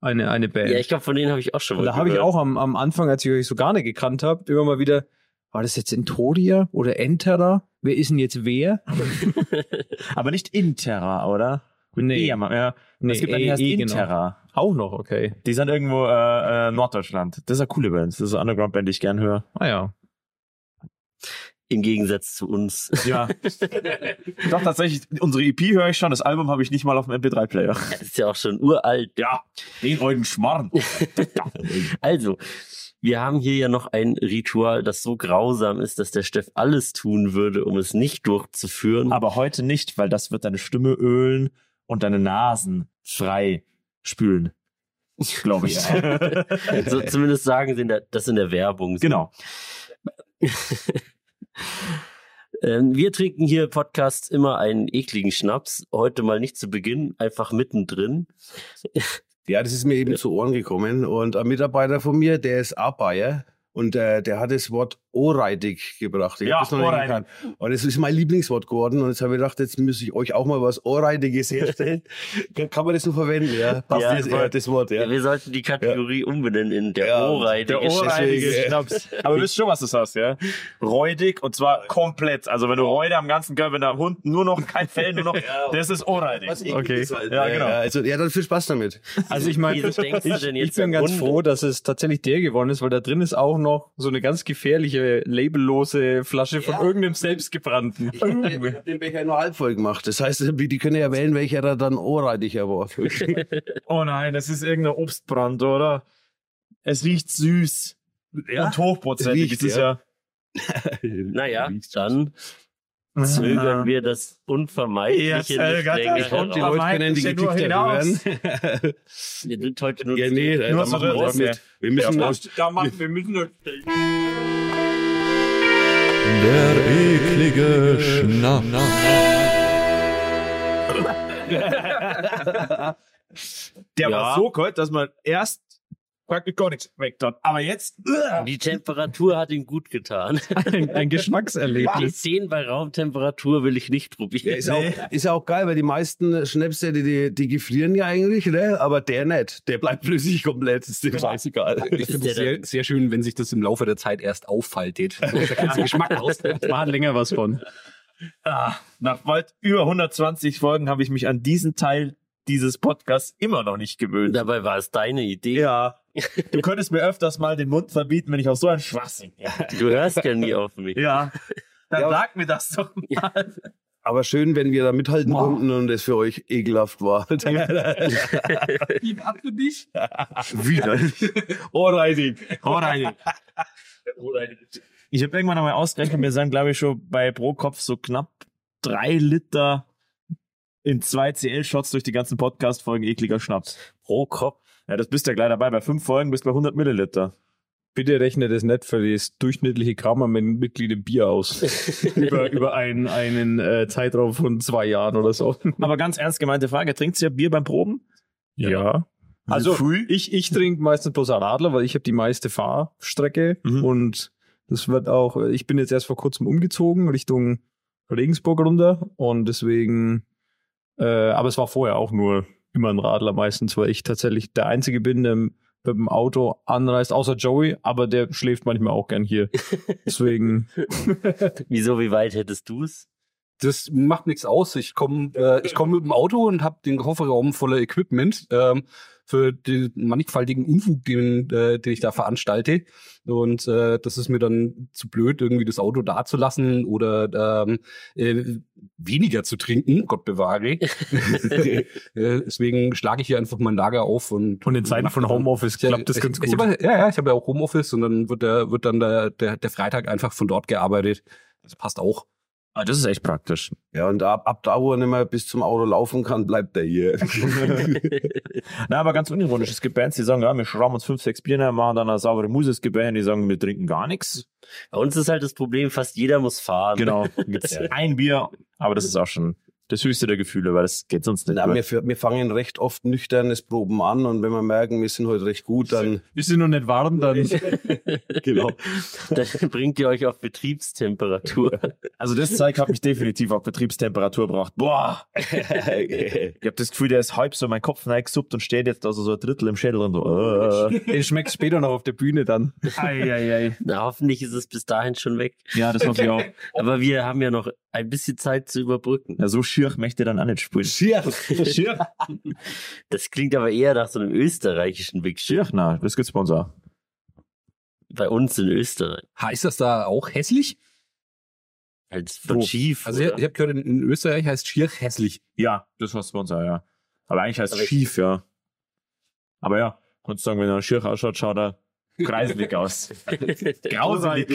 S3: Eine, eine Band.
S1: Ja, ich glaube, von denen habe ich auch schon mal
S3: Und da habe ich
S1: gehört.
S3: auch am, am Anfang, als ich euch so gar nicht gekannt habe, immer mal wieder, war das jetzt Entoria oder Enterer? Wer ist denn jetzt wer?
S2: Aber nicht Interra, oder? Mit
S3: Nee.
S2: E am- ja.
S3: Nee,
S2: es gibt eine,
S3: E-
S2: die heißt
S3: E, genau.
S2: Interra.
S3: Auch noch, okay.
S2: Die sind irgendwo äh, äh, Norddeutschland. Das ist eine coole Band. Das ist eine Underground-Band, die ich gern höre.
S3: Ah ja.
S1: Im Gegensatz zu uns.
S2: Ja. Doch, tatsächlich, unsere EP höre ich schon. Das Album habe ich nicht mal auf dem MP3-Player.
S1: Das ist ja auch schon uralt.
S2: Ja, den alten Schmarrn.
S1: Also, wir haben hier ja noch ein Ritual, das so grausam ist, dass der Steff alles tun würde, um es nicht durchzuführen.
S2: Aber heute nicht, weil das wird deine Stimme ölen und deine Nasen frei spülen. Glaube ich.
S1: so, Also zumindest sagen sie in der, das in der Werbung. so.
S2: genau.
S1: Ähm, wir trinken hier Podcasts immer einen ekligen Schnaps. Heute mal nicht zu Beginn, einfach mittendrin.
S5: Ja, das ist mir eben zu Ohren gekommen. Und ein Mitarbeiter von mir, der ist auch Bayer. Und äh, der hat das Wort ohrreidig gebracht. Ich
S2: Ja,
S5: hab das noch nicht
S2: ohrreidig.
S5: gekannt. Und es ist mein Lieblingswort geworden. Und jetzt habe ich gedacht, jetzt muss ich euch auch mal was Ohrreidiges herstellen. Kann- Kann man das so verwenden, ja? Passt
S1: Ja,
S5: das,
S1: voll.
S5: ja, das Wort, ja.
S1: Wir sollten die Kategorie umbenennen in der
S5: Ja,
S1: Ohrreitige.
S2: Der ohrreidige
S5: Deswegen-
S2: Schnaps. Aber du wisst schon, was das heißt, ja? Räudig und zwar komplett. Also wenn du Räude am ganzen Körper, wenn der Hund nur noch, kein Fell, nur noch, das ist ohrreidig.
S5: okay.
S2: Ja,
S5: Ja,
S2: genau.
S5: genau. Ja, also, ja, dann viel Spaß damit.
S3: Also ich meine,
S1: Wieso denkst du denn jetzt
S3: ich bin
S1: der
S3: ganz
S1: Grund?
S3: froh, dass es tatsächlich der geworden ist, weil da drin ist auch noch so eine ganz gefährliche, labellose Flasche von irgendeinem selbstgebrannten.
S5: Ich
S3: äh,
S5: habe den Becher nur halb voll gemacht. Das heißt, die können ja wählen, welcher da dann ohrreidiger war.
S2: Oh nein, das ist irgendein Obstbrand, oder? Es riecht süß. und hochprozentig.
S5: riecht,
S2: es ist ja.
S1: Naja, dann zögern wir das
S2: Jetzt,
S1: Unvermeidliche
S2: äh,
S1: nicht
S2: ganz
S1: länger
S2: ehrlich, und die
S1: heraus.
S2: Leute-
S5: Heute können die
S2: Ja, nur
S5: Geschichte
S2: hinaus.
S5: hören.
S1: Wir sind heute nur
S5: ja, nee,
S7: äh,
S1: zu-
S5: da
S2: Nur
S5: machen wir
S2: so
S5: das
S2: das,
S5: mit. Wir müssen das
S8: Der eklige Schnaps.
S2: Der
S1: Ja.
S2: war so kalt, dass man erst praktisch gar nichts weg hat. Aber jetzt.
S1: Die Temperatur hat ihm gut getan.
S3: Ein, ein
S1: Die
S3: Geschmackserlebnis.
S1: 10 bei Raumtemperatur will ich nicht
S5: Ja,
S1: probieren.
S5: ist, auch, ist ja auch geil, weil die meisten Schnäpse, die, die, die gefrieren ja eigentlich, ne? aber der nicht. Der bleibt flüssig komplett. Ist dem scheißegal.
S7: Ich finde es sehr, sehr schön, wenn sich das im Laufe der Zeit erst auffaltet. Da kannst du Geschmack raus.
S3: Man hat länger was von.
S2: Ah, nach weit über 120 Folgen habe ich mich an diesen Teil dieses Podcasts immer noch nicht gewöhnt.
S1: Dabei war es deine Idee.
S2: Ja. Du könntest mir öfters mal den Mund verbieten, wenn ich auf so einen Schwachsinn. Ja.
S1: Du hörst ja nie auf mich.
S2: ja. Dann
S5: Ja.
S2: sag mir das doch mal.
S5: Aber schön, wenn wir da mithalten konnten und es für euch ekelhaft war.
S7: ab für dich.
S5: Wieder.
S2: Oh,
S5: Ohrreidig.
S2: Ohrreinig.
S1: Oh,
S2: Ich habe irgendwann einmal ausgerechnet, wir sind, glaube ich, schon bei pro Kopf so knapp drei Liter in zwei CL-Shots durch die ganzen Podcast-Folgen ekliger Schnaps.
S1: Pro Kopf.
S2: Ja, das bist ja gleich dabei. Bei fünf Folgen bist du bei 100 Milliliter.
S3: Bitte rechne das nicht für das durchschnittliche Kramermitglied im Bier aus. über über einen, einen äh, Zeitraum von zwei Jahren oder so.
S2: Aber ganz ernst gemeinte Frage, trinkst du ja Bier beim Proben?
S3: Ja. Also ich, ich trinke meistens bloß einen Radler, weil ich habe die meiste Fahrstrecke
S2: Mhm.
S3: und das wird auch, ich bin jetzt erst vor kurzem umgezogen Richtung Regensburg runter und deswegen, äh, aber es war vorher auch nur immer ein Radler meistens, weil ich tatsächlich der Einzige bin, der mit dem Auto anreist, außer Joey, aber der schläft manchmal auch gern hier. Deswegen,
S1: Wieso, wie weit hättest du es?
S7: Das macht nichts aus. Ich komme äh, ich komm mit dem Auto und habe den Kofferraum voller Equipment ähm, für den mannigfaltigen Unfug, den, äh, den ich da veranstalte. Und äh, das ist mir dann zu blöd, irgendwie das Auto da zu lassen oder ähm, äh, weniger zu trinken, Gott bewahre. äh, deswegen schlage ich hier einfach mein Lager auf und
S3: und in Zeiten von Homeoffice klappt das
S7: ich,
S3: ganz
S7: Ich
S3: gut.
S7: hab, ja, ja, ich habe ja auch Homeoffice und dann wird der, wird dann der, der, der Freitag einfach von dort gearbeitet. Das passt auch.
S9: Ah, das ist echt praktisch.
S5: Ja, und ab, ab da, wo er nicht mehr bis zum Auto laufen kann, bleibt er hier.
S2: Na, aber ganz unironisch. Es gibt Bands, die sagen, ja, wir schrauben uns fünf, sechs Bier rein, machen dann eine saubere Muse. Es gibt Bands, die sagen, wir trinken gar nichts.
S1: Bei uns ist halt das Problem, fast jeder muss fahren.
S2: Genau. Dann Gibt's ein Bier, aber das ist auch schon das höchste der Gefühle, weil das geht sonst nicht.
S5: Na,
S2: oder?
S5: wir, wir fangen recht oft nüchternes Proben an und wenn wir merken, wir sind heute recht gut, dann
S3: Ist sie noch nicht warm, dann.
S1: genau. Dann bringt ihr euch auf Betriebstemperatur.
S2: Also das Zeug hat mich definitiv auf Betriebstemperatur gebracht. Boah! ich habe das Gefühl, der ist halb so in meinen Kopf reingesuppt und steht jetzt also so ein Drittel im Schädel und so. Äh.
S3: Den schmeckt später noch auf der Bühne dann.
S1: Na, hoffentlich ist es bis dahin schon weg.
S2: Ja, das hoffe ich auch.
S1: Aber wir haben ja noch ein bisschen Zeit zu überbrücken.
S2: Ja, so schier möchte ich dann auch nicht spielen.
S7: Cheers!
S1: Das klingt aber eher nach so einem österreichischen Big Shit.
S2: Schier? Na, das gibt's bei uns auch.
S1: Bei uns in Österreich.
S7: Heißt das da auch hässlich?
S1: Als Halt von
S7: Wo?
S1: schief.
S7: Also ich,
S1: oder?
S7: ich habe gehört, in, in Österreich heißt schier hässlich.
S2: Ja, das war's bei uns auch, ja. Aber eigentlich heißt es
S1: Aber ich-
S2: schief, ja. Aber ja, kannst sagen, wenn er schier ausschaut, schaut er kreiselig aus. Grauselig.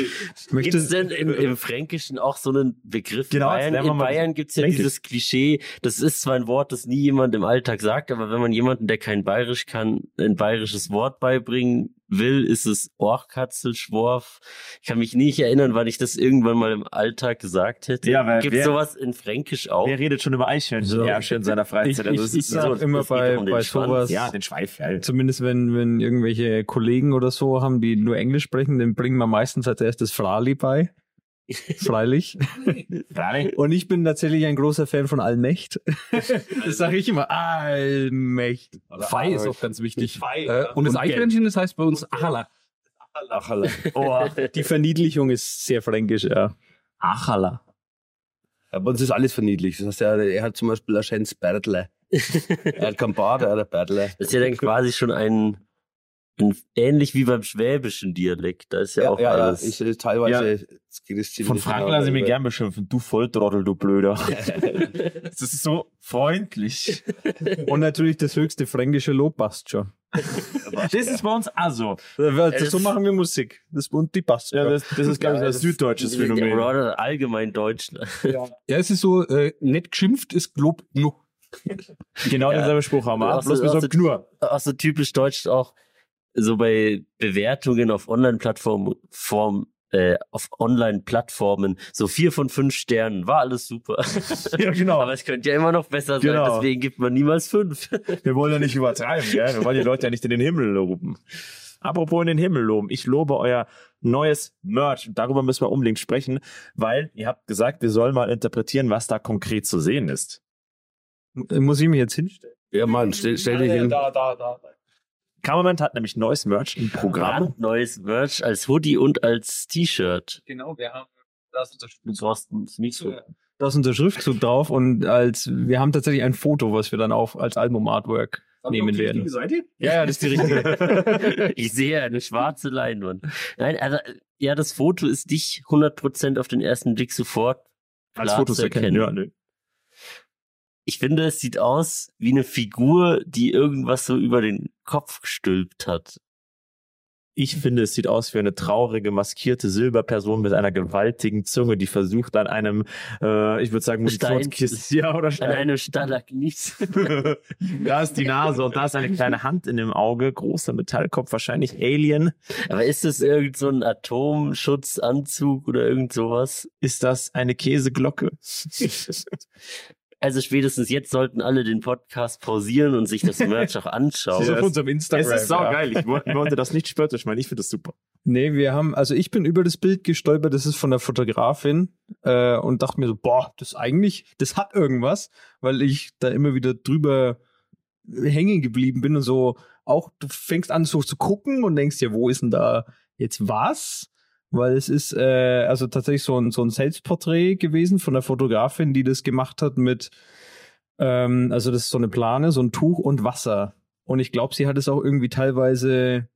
S1: Gibt es denn im, im Fränkischen auch so einen Begriff?
S2: Genau, jetzt
S1: in Bayern,
S2: lernen wir
S1: in
S2: mal
S1: Bayern gibt es ja
S2: Fränkisch.
S1: dieses Klischee, das ist zwar ein Wort, das nie jemand im Alltag sagt, aber wenn man jemanden, der kein Bayerisch kann, ein bayerisches Wort beibringen will, ist es Orchkatzelschworf. Ich kann mich nicht erinnern, wann ich das irgendwann mal im Alltag gesagt hätte.
S2: Ja, weil
S1: Gibt
S2: wer-
S1: sowas in Fränkisch auch?
S2: Wer redet schon über Eichhörnchen? Ja, schön in seiner
S3: Ich,
S2: Freizeit.
S3: ich,
S2: Also es
S3: ich
S2: ist
S1: so-
S3: sag immer
S1: es geht
S3: bei,
S1: um den
S3: bei
S1: Schwanz.
S3: sowas,
S2: ja, den Schweif, ja.
S3: zumindest wenn, wenn irgendwelche Kollegen oder so haben, die nur Englisch sprechen, dann bringen wir meistens als erstes Frali bei. Freilich.
S2: Freilich.
S3: Und ich bin tatsächlich ein großer Fan von Allmächt. Das sage ich immer. Allmächt.
S7: Fei ist auch ganz wichtig. äh, und das
S2: Und
S7: Eichhörnchen, das heißt bei uns Achala.
S2: Achala.
S3: Oh, die Verniedlichung ist sehr fränkisch, ja.
S2: Achala.
S5: ja, bei uns ist alles verniedlich. Das heißt, er, er hat zum Beispiel ein schönes Bärtle. er hat kein Bart, er hat ein Bärtle.
S1: Das ist ja dann quasi schon ein, ein ähnlich wie beim schwäbischen Dialekt. Da ist ja, auch alles.
S5: ich, äh, teilweise geht es ziemlich
S2: Von Frank
S5: genau
S2: lasse ich mich
S5: darüber.
S2: gern beschimpfen. Du Volltrottel, du Blöder. das ist so freundlich.
S3: Und natürlich das höchste fränkische Lob passt schon.
S2: Das ist bei uns also.
S1: das-
S3: so machen wir Musik. Das und die passt schon.
S2: das, ist, glaube ich, ein süddeutsches Phänomen.
S1: Oder allgemein Deutsch.
S7: Ja, es ist so, äh, nett geschimpft ist Glob genug.
S2: Genau
S1: Ja.
S2: denselben Spruch haben wir.
S1: Du
S2: auch,
S1: hast-
S2: Bloß
S1: du
S2: wir
S1: hast
S2: sagen Knur.
S1: auch so typisch deutsch auch so bei Bewertungen auf Online-Plattformen Form, äh, auf Online-Plattformen so vier von fünf Sternen war alles super
S2: Ja, genau.
S1: aber es könnte ja immer noch besser sein
S2: Genau.
S1: deswegen gibt man niemals fünf
S2: Wir wollen ja nicht übertreiben, gell? Wir wollen die Leute ja nicht in den Himmel loben. Apropos in den Himmel loben. Ich lobe euer neues Merch. Und Darüber müssen wir unbedingt sprechen, weil ihr habt gesagt, wir sollen mal interpretieren, was da konkret zu sehen ist.
S3: Muss ich mir jetzt hinstellen?
S5: Ja, Mann, stell, stell dich hin.
S2: Kammerman hat nämlich neues Merch im Programm.
S1: neues Merch als Hoodie und als T-Shirt
S9: Genau, wir haben das unterstützt.
S1: du brauchst es nicht so
S3: Da ist unser Schriftzug drauf und als wir haben tatsächlich ein Foto, was wir dann auf als Album-Artwork nehmen werden. Ja, ja, das ist die richtige.
S1: ich sehe eine schwarze Leinwand nein also ja das Foto ist dich 100% auf den ersten Blick sofort
S2: Als
S1: klar
S2: Fotos
S1: zu
S2: erkennen.
S1: erkennen.
S2: Ja, ne. nö.
S1: ich finde, es sieht aus wie eine Figur, die irgendwas so über den Kopf gestülpt hat.
S2: Ich finde, es sieht aus wie eine traurige, maskierte Silberperson mit einer gewaltigen Zunge, die versucht an einem, äh, ich würde sagen,
S1: Stein.
S2: Munitionskissen. Ja, oder
S1: An
S2: Stein.
S1: einem Stalagnit.
S2: da ist die Nase und da ist eine kleine Hand in dem Auge, großer Metallkopf, wahrscheinlich Alien.
S1: Aber ist das irgend so ein Atomschutzanzug oder irgend sowas?
S2: Ist das eine Käseglocke?
S1: Also spätestens jetzt sollten alle den Podcast pausieren und sich das Merch auch anschauen.
S3: Das ist auf unserem Instagram. ja.
S2: Ich wollte, wollte das nicht spöttisch meinen. Ich finde das super.
S3: Nee, wir haben, also ich bin über das Bild gestolpert, das ist von der Fotografin äh, und dachte mir so, boah, das eigentlich, das hat irgendwas, weil ich da immer wieder drüber
S4: hängen geblieben bin und so auch, du fängst an so zu gucken und denkst dir, wo ist denn da jetzt was? Weil es ist äh, also tatsächlich so ein, so ein Selbstporträt gewesen von der Fotografin, die das gemacht hat mit, ähm, also das ist so eine Plane, so ein Tuch und Wasser. Und ich glaube, sie hat es auch irgendwie teilweise,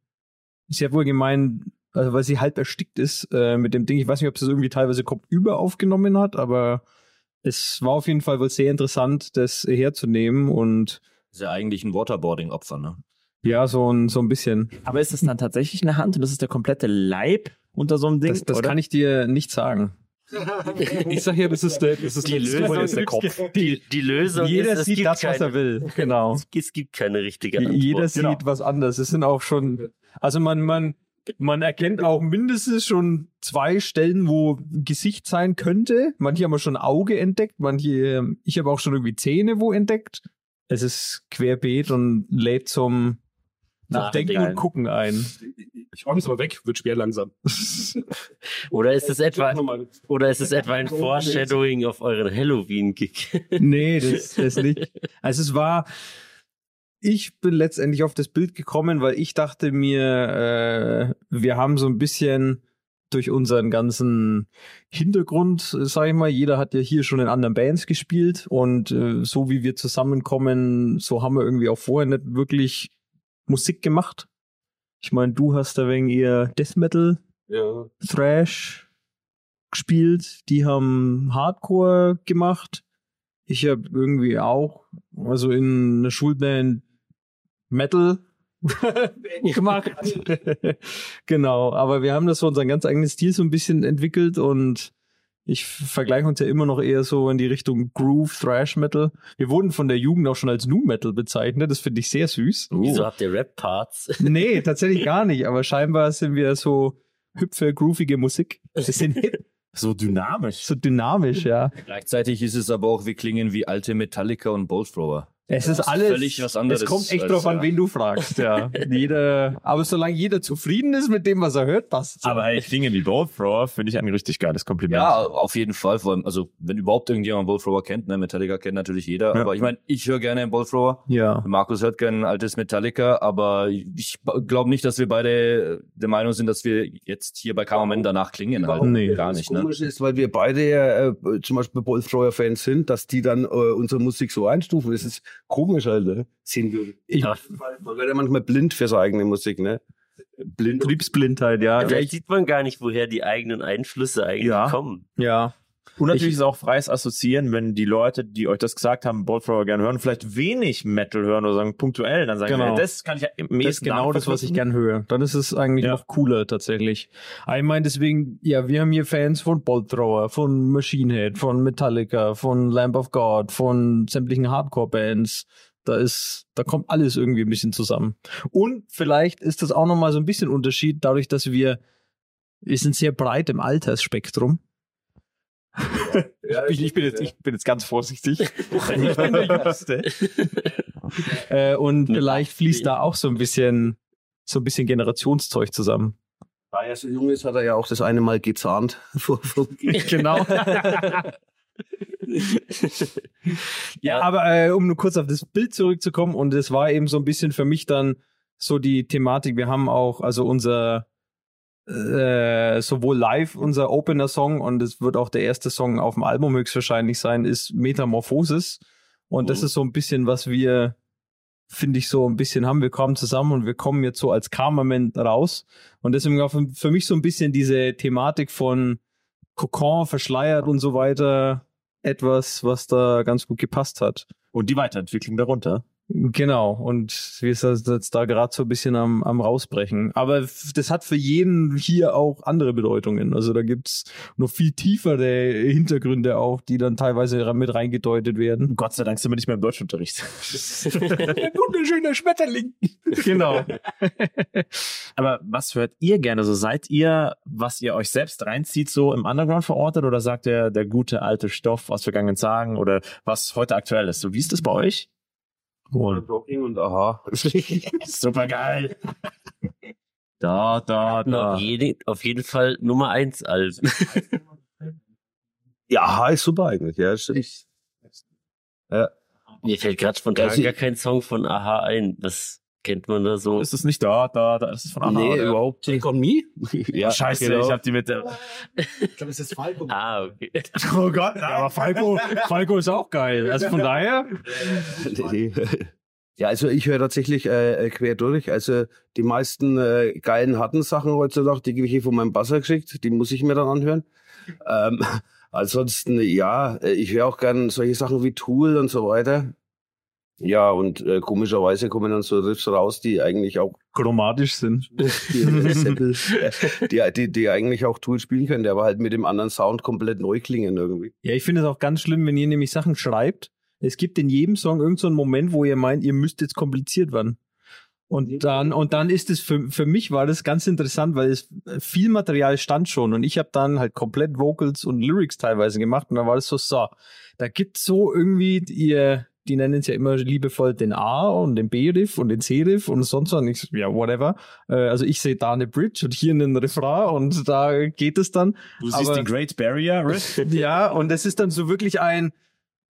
S4: sie hat wohl gemeint, also weil sie halb erstickt ist äh, mit dem Ding. Ich weiß nicht, ob sie es irgendwie teilweise kopfüber aufgenommen hat, aber es war auf jeden Fall wohl sehr interessant, das herzunehmen und
S3: Ist ja eigentlich ein Waterboarding-Opfer, ne?
S4: ja, so ein, so ein bisschen.
S10: Aber ist das dann tatsächlich eine Hand und das ist der komplette Leib unter so einem Ding?
S4: Das, das
S10: oder?
S4: kann ich dir nicht sagen.
S11: Ich sag ja, das ist der, das ist
S1: Die
S11: der, das
S1: Lösung
S11: ist der Kopf.
S1: Die, die Lösung
S4: Jeder
S1: ist, es
S4: sieht
S1: gibt
S4: das,
S1: keine,
S4: was er will. Genau.
S1: Es gibt keine richtige
S4: Je-
S1: Antwort.
S4: Jeder
S1: Genau.
S4: sieht was anderes. Es sind auch schon, also man, man, man erkennt auch mindestens schon zwei Stellen, wo Gesicht sein könnte. Manche haben schon Auge entdeckt, manche, ähm, ich habe auch schon irgendwie Zähne wo entdeckt. Es ist querbeet und lädt zum Nachdenken
S1: Nachdenken.
S4: und Gucken ein.
S11: Ich räume es mal weg, wird schwer langsam.
S1: Oder ist es etwa,
S11: Nochmal.
S1: oder ist es etwa ein Foreshadowing auf euren Halloween-Gig?
S4: Nee, das, das nicht. Also es war, ich bin letztendlich auf das Bild gekommen, weil ich dachte mir, äh, wir haben so ein bisschen durch unseren ganzen Hintergrund, äh, sag ich mal, jeder hat ja hier schon in anderen Bands gespielt und äh, so wie wir zusammenkommen, so haben wir irgendwie auch vorher nicht wirklich Musik gemacht. Ich meine, du hast da wegen ihr Death Metal
S11: Ja.
S4: Thrash gespielt, die haben Hardcore gemacht. Ich habe irgendwie auch, also in einer Schulband Metal gemacht. genau, aber wir haben das so unseren ganz eigenen Stil so ein bisschen entwickelt und ich vergleiche uns ja immer noch eher so in die Richtung Groove, Thrash Metal. Wir wurden von der Jugend auch schon als Nu Metal bezeichnet, das finde ich sehr süß.
S1: Wieso habt ihr Rap-Parts?
S4: Nee, tatsächlich gar nicht, aber scheinbar sind wir so hüpfe, groovige Musik. Wir sind hip,
S2: So dynamisch.
S4: so dynamisch, ja.
S3: Gleichzeitig ist es aber auch, wir klingen wie alte Metallica und Bolt Thrower.
S4: Es ist
S3: ist
S4: alles.
S3: völlig was anderes
S4: es kommt echt
S3: als,
S4: drauf an,
S3: ja.
S4: wen du fragst, ja. jeder, aber solange jeder zufrieden ist mit dem, was er hört, passt
S2: Aber hey, Dinge wie Bolt Thrower finde ich ein richtig geiles Kompliment.
S3: Ja, auf jeden Fall. Vor allem, also wenn überhaupt irgendjemand Bolt Thrower kennt, ne, Metallica kennt natürlich jeder.
S2: Ja.
S3: Aber ich meine, ich höre gerne Bolt Thrower.
S4: Ja.
S3: Markus hört gerne ein altes Metallica, aber ich glaube nicht, dass wir beide der Meinung sind, dass wir jetzt hier bei Kammerman danach klingen. Halt.
S4: Nee.
S3: Gar
S5: Das
S3: nicht, ne?
S5: Komische ist, weil wir beide ja äh, zum Beispiel Bolfreuer-Fans sind, dass die dann äh, unsere Musik so einstufen. Das ist komisch, Alter. Sehen wir.
S4: Ich-
S5: Man wird ja manchmal blind für seine eigene Musik, ne? Blind.
S4: Betriebsblindheit, ja.
S1: Vielleicht sieht man gar nicht, woher die eigenen Einflüsse eigentlich
S2: Ja.
S1: kommen.
S4: Ja.
S2: Und natürlich
S4: Ich-
S2: ist auch freies Assoziieren, wenn die Leute, die euch das gesagt haben, Bolt Thrower gerne hören, vielleicht wenig Metal hören oder sagen punktuell, dann sagen
S4: Genau.
S2: wir, das kann ich ja im
S4: Das ist
S2: ehesten
S4: genau das, was ich
S2: nachvollziehen.
S4: gern höre. Dann ist es eigentlich
S2: Ja.
S4: noch cooler tatsächlich. Aber Ich meine, deswegen, ja, wir haben hier Fans von Bolt Thrower, von Machine Head, von Metallica, von Lamb of God, von sämtlichen Hardcore-Bands. Da ist, da kommt alles irgendwie ein bisschen zusammen. Und vielleicht ist das auch nochmal so ein bisschen Unterschied, dadurch, dass wir, wir sind sehr breit im Altersspektrum.
S11: Ja,
S4: Ich, ich, bin jetzt, ich bin jetzt ganz vorsichtig. ich bin der Jüngste. äh, und vielleicht fließt da auch so ein bisschen, so ein bisschen Generationszeug zusammen.
S5: Da er so jung ist, hat er ja auch das eine Mal gezahnt. Vor- vor-
S4: Genau. ja, aber äh, um nur kurz auf das Bild zurückzukommen, und es war eben so ein bisschen für mich dann so die Thematik, wir haben auch, also unser äh, sowohl live unser Opener-Song und es wird auch der erste Song auf dem Album höchstwahrscheinlich sein, ist Metamorphosis. Und das ist so ein bisschen, was wir, finde ich, so ein bisschen haben. Wir kommen zusammen und wir kommen jetzt so als Karmament raus. Und deswegen war für, für mich so ein bisschen diese Thematik von Kokon, verschleiert und so weiter etwas, was da ganz gut gepasst hat.
S2: Und die Weiterentwicklung darunter.
S4: Genau, und wir sind jetzt da gerade so ein bisschen am, am rausbrechen. Aber f- das hat für jeden hier auch andere Bedeutungen. Also da gibt's noch viel tiefere Hintergründe auch, die dann teilweise ra- mit reingedeutet werden.
S2: Gott sei Dank sind wir nicht mehr im Deutschunterricht.
S4: Ein wunderschöner Schmetterling. Genau.
S2: Aber was hört ihr gerne? So seid ihr, was ihr euch selbst reinzieht, so im Underground verortet oder sagt ihr der gute alte Stoff aus vergangenen Tagen oder was heute aktuell ist? So wie ist das bei euch?
S5: Rocking und aha.
S2: Super geil. Da, da, da.
S1: Auf, jede, auf jeden Fall Nummer eins Also, Alben.
S5: Ja, aha ist super eigentlich, ja. Stimmt.
S1: Mir fällt gerade spontan
S5: Also-
S1: gar kein Song von Aha ein. Was kennt man da so?
S2: Ist es nicht da, da, da? Ist es von Aha?
S5: nee,
S2: oder?
S5: überhaupt nicht.
S7: Take on me?
S5: Ja,
S2: Scheiße,
S5: genau.
S2: ich hab die mit der.
S6: Ich glaube, es ist Falco.
S1: Ah, okay.
S4: Oh Gott, aber Falco, Falco ist auch geil. Also von daher,
S5: Nee, nee. Ja, also ich höre tatsächlich äh, äh, quer durch. Also die meisten äh, geilen harten Sachen heutzutage, die kriege ich hier von meinem Basser geschickt, die muss ich mir dann anhören. Ähm, ansonsten, ja, äh, ich höre auch gern solche Sachen wie Tool und so weiter. Ja, und äh, komischerweise kommen dann so Riffs raus, die eigentlich auch
S4: chromatisch sind.
S5: die, Seppel, äh, die, die, die eigentlich auch Tool spielen können, der aber halt mit dem anderen Sound komplett neu klingen irgendwie.
S4: Ja, ich finde es auch ganz schlimm, wenn ihr nämlich Sachen schreibt. Es gibt in jedem Song irgendeinen so einen Moment, wo ihr meint, ihr müsst jetzt kompliziert werden. Und dann, und dann ist es für, für mich war das ganz interessant, weil es äh, viel Material stand schon und ich habe dann halt komplett Vocals und Lyrics teilweise gemacht und dann war das so, so, da gibt's so irgendwie ihr, die nennen es ja immer liebevoll den A und den B-Riff und den C-Riff und sonst was, und ich, so, ja, whatever. Äh, Also ich sehe da eine Bridge und hier einen Refrain und da geht es dann.
S2: Du
S4: Aber-
S2: siehst die Great Barrier Riff.
S4: Ja, und es ist dann so wirklich ein,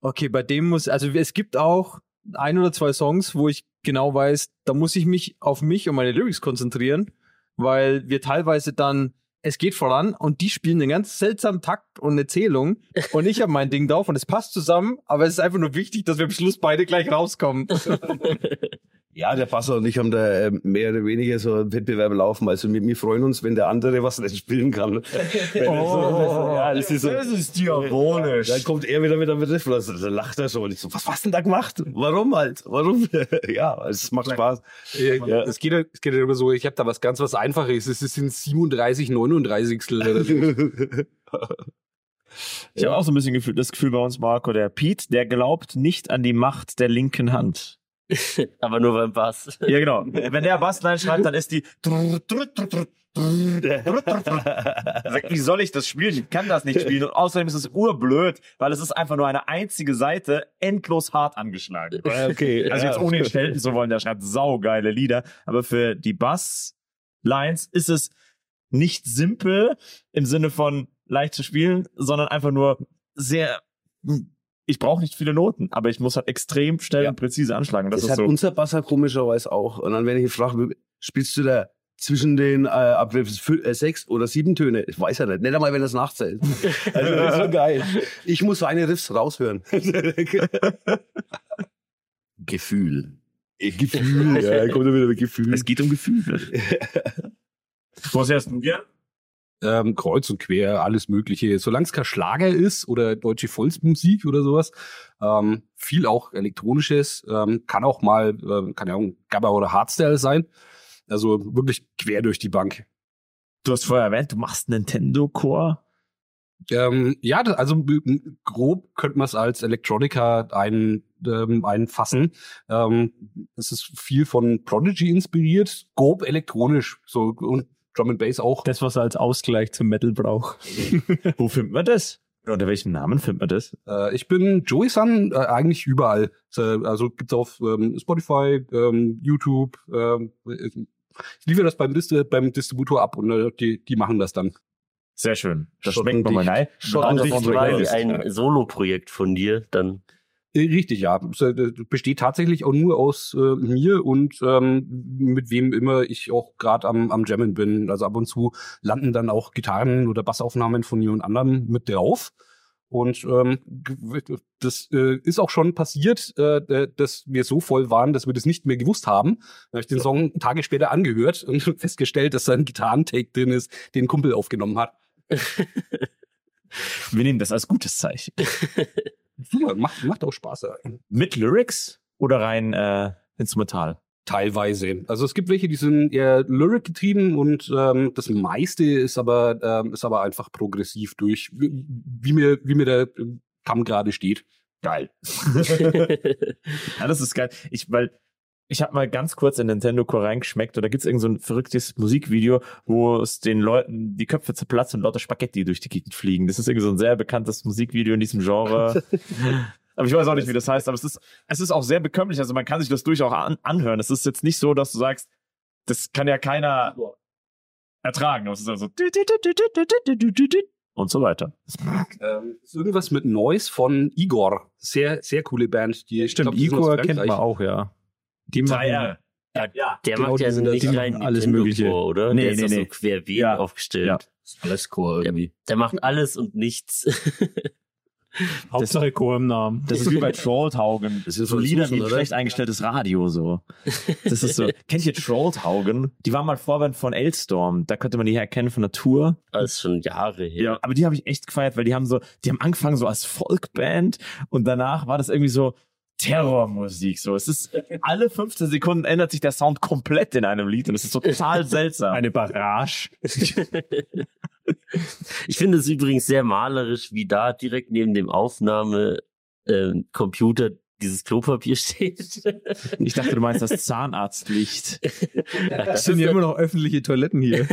S4: okay, bei dem muss, also es gibt auch ein oder zwei Songs, wo ich genau weiß, da muss ich mich auf mich und meine Lyrics konzentrieren, weil wir teilweise dann, es geht voran und die spielen einen ganz seltsamen Takt und eine Zählung und ich habe mein Ding drauf und es passt zusammen, aber es ist einfach nur wichtig, dass wir am Schluss beide gleich rauskommen.
S5: Ja, der Basser und ich haben da ähm, mehr oder weniger so einen Wettbewerb laufen. Also wir, wir freuen uns, wenn der andere was nicht spielen kann. Wenn er so, ja, das ist so.
S2: diabolisch.
S5: Dann kommt er wieder mit einem Riff, also, dann lacht er schon. Und ich so, was hast du denn da gemacht? Warum halt? Warum? ja, es macht Spaß.
S7: Ja. Es geht ja es geht ja immer so, ich habe da was ganz was Einfaches. Es sind 37, 39.
S2: Ich habe auch so ein bisschen Gefühl, das Gefühl bei uns, Marco, der Pete, der glaubt nicht an die Macht der linken Hand.
S1: Aber nur beim Bass.
S2: Ja, genau. Wenn der Bassline schreibt, dann ist die. Er sagt, Wie soll ich das spielen? Ich kann das nicht spielen. Und außerdem ist es urblöd, weil es ist einfach nur eine einzige Seite endlos hart angeschlagen.
S5: Okay.
S2: Also jetzt ohne ihn stellen zu wollen, der schreibt saugeile Lieder. Aber für die Basslines ist es nicht simpel im Sinne von leicht zu spielen, sondern einfach nur sehr. hm, Ich brauche nicht viele Noten, aber ich muss halt extrem schnell
S5: Ja.
S2: und präzise anschlagen. Das,
S5: Das,
S2: ist
S5: hat
S2: so.
S5: unser Basser komischerweise auch. Und dann, wenn ich ihn frage, spielst du da zwischen den äh, Abgriffen fü- äh, sechs oder sieben Töne? Ich weiß ja nicht. Nicht einmal, wenn das nachzählt. Also, das ist so geil. Ich muss seine Riffs raushören. Gefühl. Gefühl, ja, kommt er wieder mit Gefühl.
S2: Es geht um Gefühle. Was hast du gern?
S7: ähm, kreuz und quer, alles Mögliche. Solange es kein Schlager ist oder deutsche Volksmusik oder sowas, ähm, viel auch elektronisches, ähm, kann auch mal, ähm, kann ja auch ein Gabba oder Hardstyle sein. Also wirklich quer durch die Bank.
S2: Du hast vorher erwähnt, du machst Nintendo Core.
S7: Ähm, ja, da- also m- m- grob könnte man es als Electronica ein, ähm, einfassen. Ähm, es ist viel von Prodigy inspiriert, grob elektronisch, so und Drum and Bass auch.
S4: Das, was er als Ausgleich zum Metal braucht.
S2: Wo findet man das? Unter welchem Namen findet man das?
S7: Äh, ich bin Joey Sun äh, eigentlich überall. Äh, Also gibt's auf ähm, Spotify, ähm, YouTube. Ähm, ich liefere das beim, Dist beim Distributor ab und äh, die, die machen das dann.
S2: Sehr schön. Das
S5: Schotten
S2: schmeckt man mal
S5: dicht.
S2: rein.
S1: Ah, das
S2: Schotten
S1: ist
S2: dicht.
S1: quasi ein Solo-Projekt von dir, dann.
S7: Äh, Richtig, ja. Es, äh, Besteht tatsächlich auch nur aus äh, mir und ähm, mit wem immer ich auch gerade am, am Jammen bin. Also ab und zu landen dann auch Gitarren oder Bassaufnahmen von jemand anderem mit drauf. Und ähm, g- das äh, ist auch schon passiert, äh, d- dass wir so voll waren, dass wir das nicht mehr gewusst haben. Da habe ich den Song Tage später angehört und festgestellt, dass da ein Gitarrentake drin ist, den ein Kumpel aufgenommen hat.
S2: Wir nehmen das als gutes Zeichen.
S7: Super, macht, macht auch Spaß. Ey.
S2: Mit Lyrics oder rein äh, instrumental?
S7: Teilweise. Also es gibt welche, die sind eher Lyric getrieben und ähm, das meiste ist aber ähm, ist aber einfach progressiv durch, wie, wie mir wie mir der ähm, Kamm gerade steht. Geil.
S2: Ja, das ist geil. Ich, weil ich habe mal ganz kurz in Nintendo Core reingeschmeckt und da gibt's irgend so ein verrücktes Musikvideo, wo es den Leuten die Köpfe zerplatzen und lauter Spaghetti durch die Gegend fliegen. Das ist irgendwie so ein sehr bekanntes Musikvideo in diesem Genre. aber ich weiß auch nicht, wie das heißt, aber es ist, es ist auch sehr bekömmlich. Also man kann sich das durchaus an, anhören. Es ist jetzt nicht so, dass du sagst, das kann ja keiner ertragen. Aber Es ist also und so weiter.
S7: Ähm, ist irgendwas mit Noise von Igor. Sehr, sehr coole Band. Die, ich
S3: Stimmt,
S7: glaub, die sind aus
S3: Igor kennt man
S7: Frankreich.
S3: auch, ja. Die machen,
S1: Ja, der
S3: genau,
S1: macht ja
S3: die
S1: so
S3: sind
S1: einen
S3: das- die
S1: kleinen
S3: machen alles
S1: Nintendo
S3: Mögliche.
S1: Chor, oder?
S2: Nee,
S1: der ist
S2: nee,
S1: doch so
S2: nee.
S1: querbeet
S2: Ja.
S1: aufgestellt.
S2: Ja.
S9: Alles cool irgendwie.
S1: Der macht alles und nichts.
S3: Hauptsache Chor im Namen.
S2: Das ist wie bei Trolltaugen. Das ist so
S9: so
S2: Lieder
S9: Susan,
S2: wie
S9: oder?
S2: schlecht eingestelltes Radio so. Das ist so. Kennt ihr Trolltaugen? Die waren mal Vorwand von Elstorm. Da könnte man die herkennen von der Tour.
S1: Das ist schon Jahre her.
S2: Ja. Aber die habe ich echt gefeiert, weil die haben so, die haben angefangen so als Folkband und danach war das irgendwie so Terrormusik. So, es ist alle 15 Sekunden ändert sich der Sound komplett in einem Lied und es ist total seltsam.
S3: Eine Barrage.
S1: Ich finde es übrigens sehr malerisch, wie da direkt neben dem Aufnahme ähm, Computer dieses Klopapier steht.
S2: Ich dachte, du meinst das Zahnarztlicht.
S3: Das sind ja immer noch öffentliche Toiletten hier.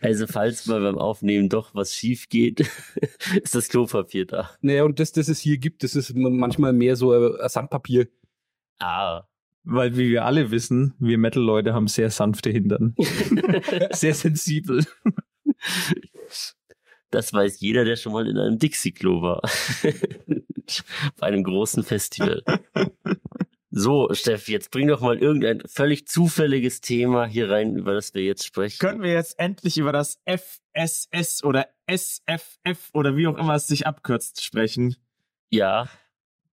S1: Also falls mal beim Aufnehmen doch was schief geht, ist das Klopapier da.
S7: Naja, und das, das es hier gibt, das ist manchmal mehr so äh, Sandpapier.
S1: Ah,
S3: Weil, wie wir alle wissen, wir Metal-Leute haben sehr sanfte Hintern. sehr sensibel.
S1: das weiß jeder, der schon mal in einem Dixie-Klo war. Bei einem großen Festival. So, Steff, jetzt bring doch mal irgendein völlig zufälliges Thema hier rein, über das wir jetzt sprechen.
S2: Können wir jetzt endlich über das FSS oder SFF oder wie auch immer es sich abkürzt sprechen?
S1: ja.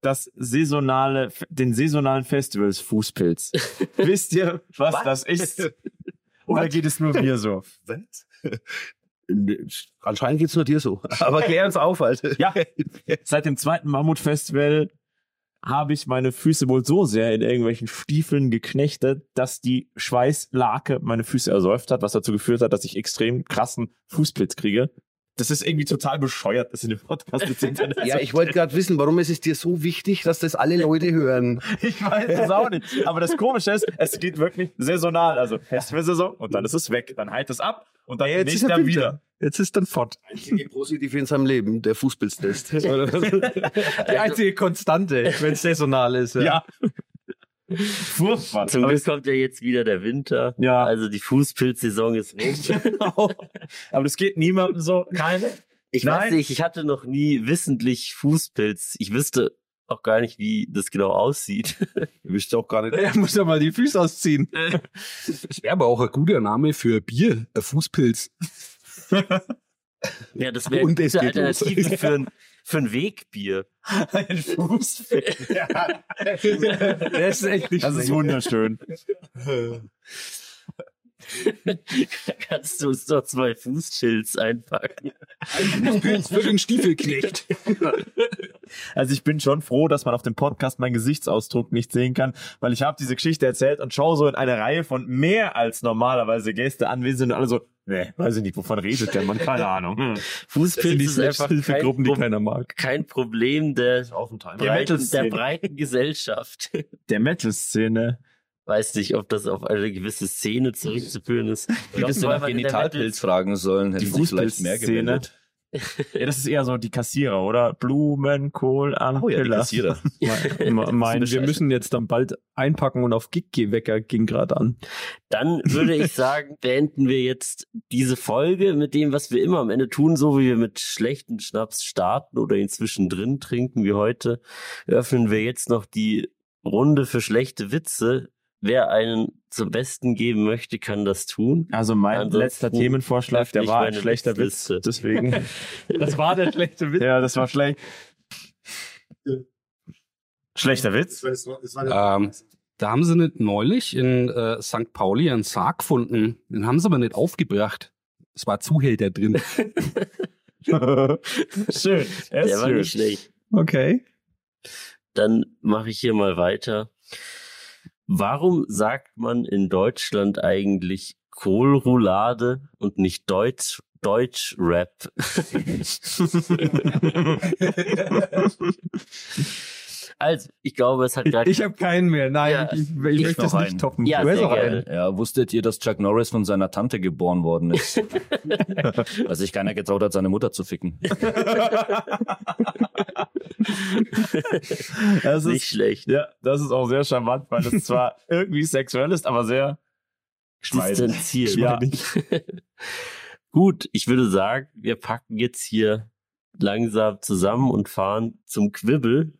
S2: Das saisonale, den saisonalen Festivals Fußpilz. Wisst ihr, was, das ist? Oder geht es nur mir so?
S5: Was? Anscheinend geht's nur dir so. Aber klär uns auf, Alter.
S2: Ja, seit dem zweiten Mammutfestival habe ich meine Füße wohl so sehr in irgendwelchen Stiefeln geknechtet, dass die Schweißlake meine Füße ersäuft hat, was dazu geführt hat, dass ich extrem krassen Fußpilz kriege. Das ist irgendwie total bescheuert, das in dem Podcast jetzt hinterher
S5: Ja,
S2: zu
S5: ich wollte gerade wissen, warum ist es dir so wichtig, dass das alle Leute hören?
S2: Ich weiß es auch nicht. Aber das Komische ist, es geht wirklich saisonal. Also Festivalsaison und dann ist es weg. Dann heilt es ab und dann ja,
S6: jetzt ist
S2: nächstes
S6: er
S2: Jahr
S6: wieder.
S2: wieder.
S3: Jetzt ist dann fort.
S5: Positiv in seinem Leben, der Fußpilztest.
S3: Die einzige Konstante, wenn es saisonal ist. Ja.
S2: Ja. Furchtbar.
S1: Zum
S2: Aber,
S1: Glück kommt ja jetzt wieder der Winter.
S2: Ja.
S1: Also die Fußpilzsaison ist rum.
S2: aber das geht niemandem so. Keine.
S1: Ich weiß
S2: Nein.
S1: nicht, ich hatte noch nie wissentlich Fußpilz. Ich wüsste auch gar nicht, wie das genau aussieht.
S5: Ihr wisst ja auch gar nicht.
S3: Er muss ja mal die Füße ausziehen.
S7: Das wäre aber auch ein guter Name für Bier, äh, Fußpilz.
S1: Ja, das wäre eine
S7: Und es
S1: gute
S7: geht los.
S1: Alternative für ein, für ein Wegbier.
S2: Ein Fußpilz.
S3: Das ist echt nicht
S2: Das ist wunderschön.
S1: Da kannst du uns doch zwei Fußchills einpacken.
S7: Fußpilz für den Stiefelknecht.
S2: Also ich bin schon froh, dass man auf dem Podcast meinen Gesichtsausdruck nicht sehen kann, weil ich habe diese Geschichte erzählt und schaue so in eine Reihe von mehr als normalerweise Gäste anwesend und alle so, nee, weiß ich nicht, wovon redet der Mann? Keine Ahnung. Hm.
S1: Fußpilz ist einfach kein,
S3: Hilfegruppen, die
S1: Pro
S3: keiner mag.
S1: kein Problem der breiten, der
S2: Metal-Szene.
S1: breiten Gesellschaft.
S2: Der Metal-Szene.
S1: Weiß nicht, ob das auf eine gewisse Szene zurückzuführen ist. Ich glaub,
S4: Hättest du
S1: weil
S4: nach
S1: man in der
S4: Genitalpilz fragen sollen, hätte
S2: Die
S4: sich vielleicht mehr
S2: Fußpilz-Szene.
S4: gemeldet.
S2: Ja, das ist eher so die Kassierer, oder? Blumen, Kohl, Ampilla.
S4: Oh ja, die Kassierer.
S3: Mein, wir müssen jetzt dann bald einpacken und auf Gig-Wecker ging gerade an.
S1: Dann würde ich sagen, beenden wir jetzt diese Folge mit dem, was wir immer am Ende tun, so wie wir mit schlechten Schnaps starten oder ihn zwischendrin trinken wie heute, öffnen wir jetzt noch die Runde für schlechte Witze. Wer einen zum Besten geben möchte, kann das tun.
S2: Also mein
S1: Ansonsten
S2: letzter Themenvorschlag,
S1: öffne
S2: der
S1: ich
S2: war ein
S1: meine
S2: schlechter Witz.
S1: Witzliste.
S2: Deswegen.
S3: Das war der schlechte Witz.
S2: ja, das war schlecht. Schlechter Witz?
S6: Das war, das war der
S3: Ah,
S7: ähm, da haben sie nicht neulich in äh, St. Pauli einen Sarg gefunden. Den haben sie aber nicht aufgebracht. Es war Zuhälter drin.
S2: schön.
S1: Der
S2: Er ist
S1: war
S2: schön.
S1: nicht schlecht.
S3: Okay.
S1: Dann mache ich hier mal weiter. Warum sagt man in Deutschland eigentlich Kohlroulade und nicht Deutsch, Deutschrap? also, ich glaube, es hat
S3: Ich,
S1: gerade.
S3: ich habe keinen mehr. Nein,
S1: Ja,
S3: ich, ich,
S4: ich
S3: möchte
S4: noch
S3: es nicht
S4: einen.
S3: toppen.
S1: Ja,
S3: du hast
S1: sehr
S3: noch einen.
S1: gerne.
S4: Ja, wusstet ihr, dass Chuck Norris von seiner Tante geboren worden ist? Weil sich keiner getraut hat, seine Mutter zu ficken.
S2: Das
S1: nicht
S2: ist,
S1: schlecht.
S2: ja, das ist auch sehr charmant, weil das zwar irgendwie sexuell ist, aber sehr
S1: Distanziert.
S2: Ja.
S1: Gut, ich würde sagen, wir packen jetzt hier langsam zusammen und fahren zum Quibbel,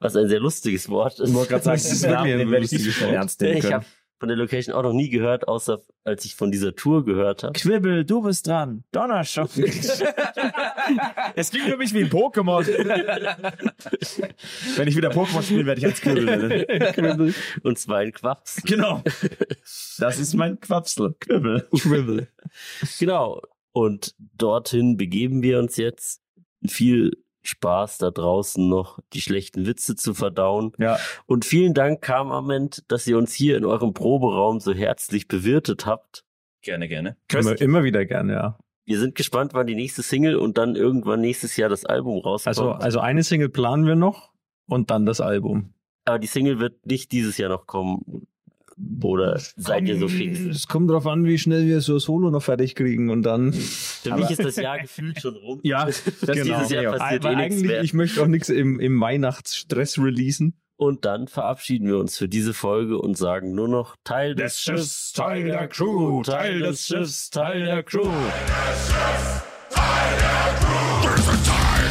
S1: was ein sehr lustiges Wort ist.
S2: Ich wollte gerade sagen,
S1: Das
S2: das
S1: ist
S2: ist
S1: wirklich
S2: wirklich
S1: ein
S2: ein lustiges Wort. Ernst nehmen
S1: ich
S2: können.
S1: habe von der Location auch noch nie gehört, außer als ich von dieser Tour gehört habe.
S2: Quibbel, du bist dran. Donnerschock. es klingt für mich wie ein Pokémon. Wenn ich wieder Pokémon spiele, werde ich ne? als Quibbel. nennen.
S1: Und zwar ein Quaps.
S2: Genau. Das ist mein Quapsel. Quibbel.
S1: Quibbel. Genau. Und dorthin begeben wir uns jetzt. Viel Spaß da draußen noch, die schlechten Witze zu verdauen.
S2: Ja.
S1: Und vielen Dank, Karmament, dass ihr uns hier in eurem Proberaum so herzlich bewirtet habt.
S4: Gerne, gerne.
S3: Immer, immer wieder gerne, ja.
S1: Wir sind gespannt, wann die nächste Single und dann irgendwann nächstes Jahr das Album rauskommt.
S3: Also, also eine Single planen wir noch und dann das Album.
S1: Aber die Single wird nicht dieses Jahr noch kommen. Oder seid ihr so fix?
S3: Es kommt darauf an, wie schnell wir so Solo noch fertig kriegen und dann.
S1: Für mich ist das Jahr gefühlt schon rum.
S3: Ja,
S1: dieses Jahr passiert
S3: Genau. Aber
S1: eh nichts
S3: eigentlich,
S1: mehr.
S3: ich möchte auch nichts im, im Weihnachtsstress releasen.
S1: Und dann verabschieden wir uns für diese Folge und sagen nur noch Teil des Schiffs, Teil der Crew, Teil des Schiffs, Teil der Crew.
S8: There's a time.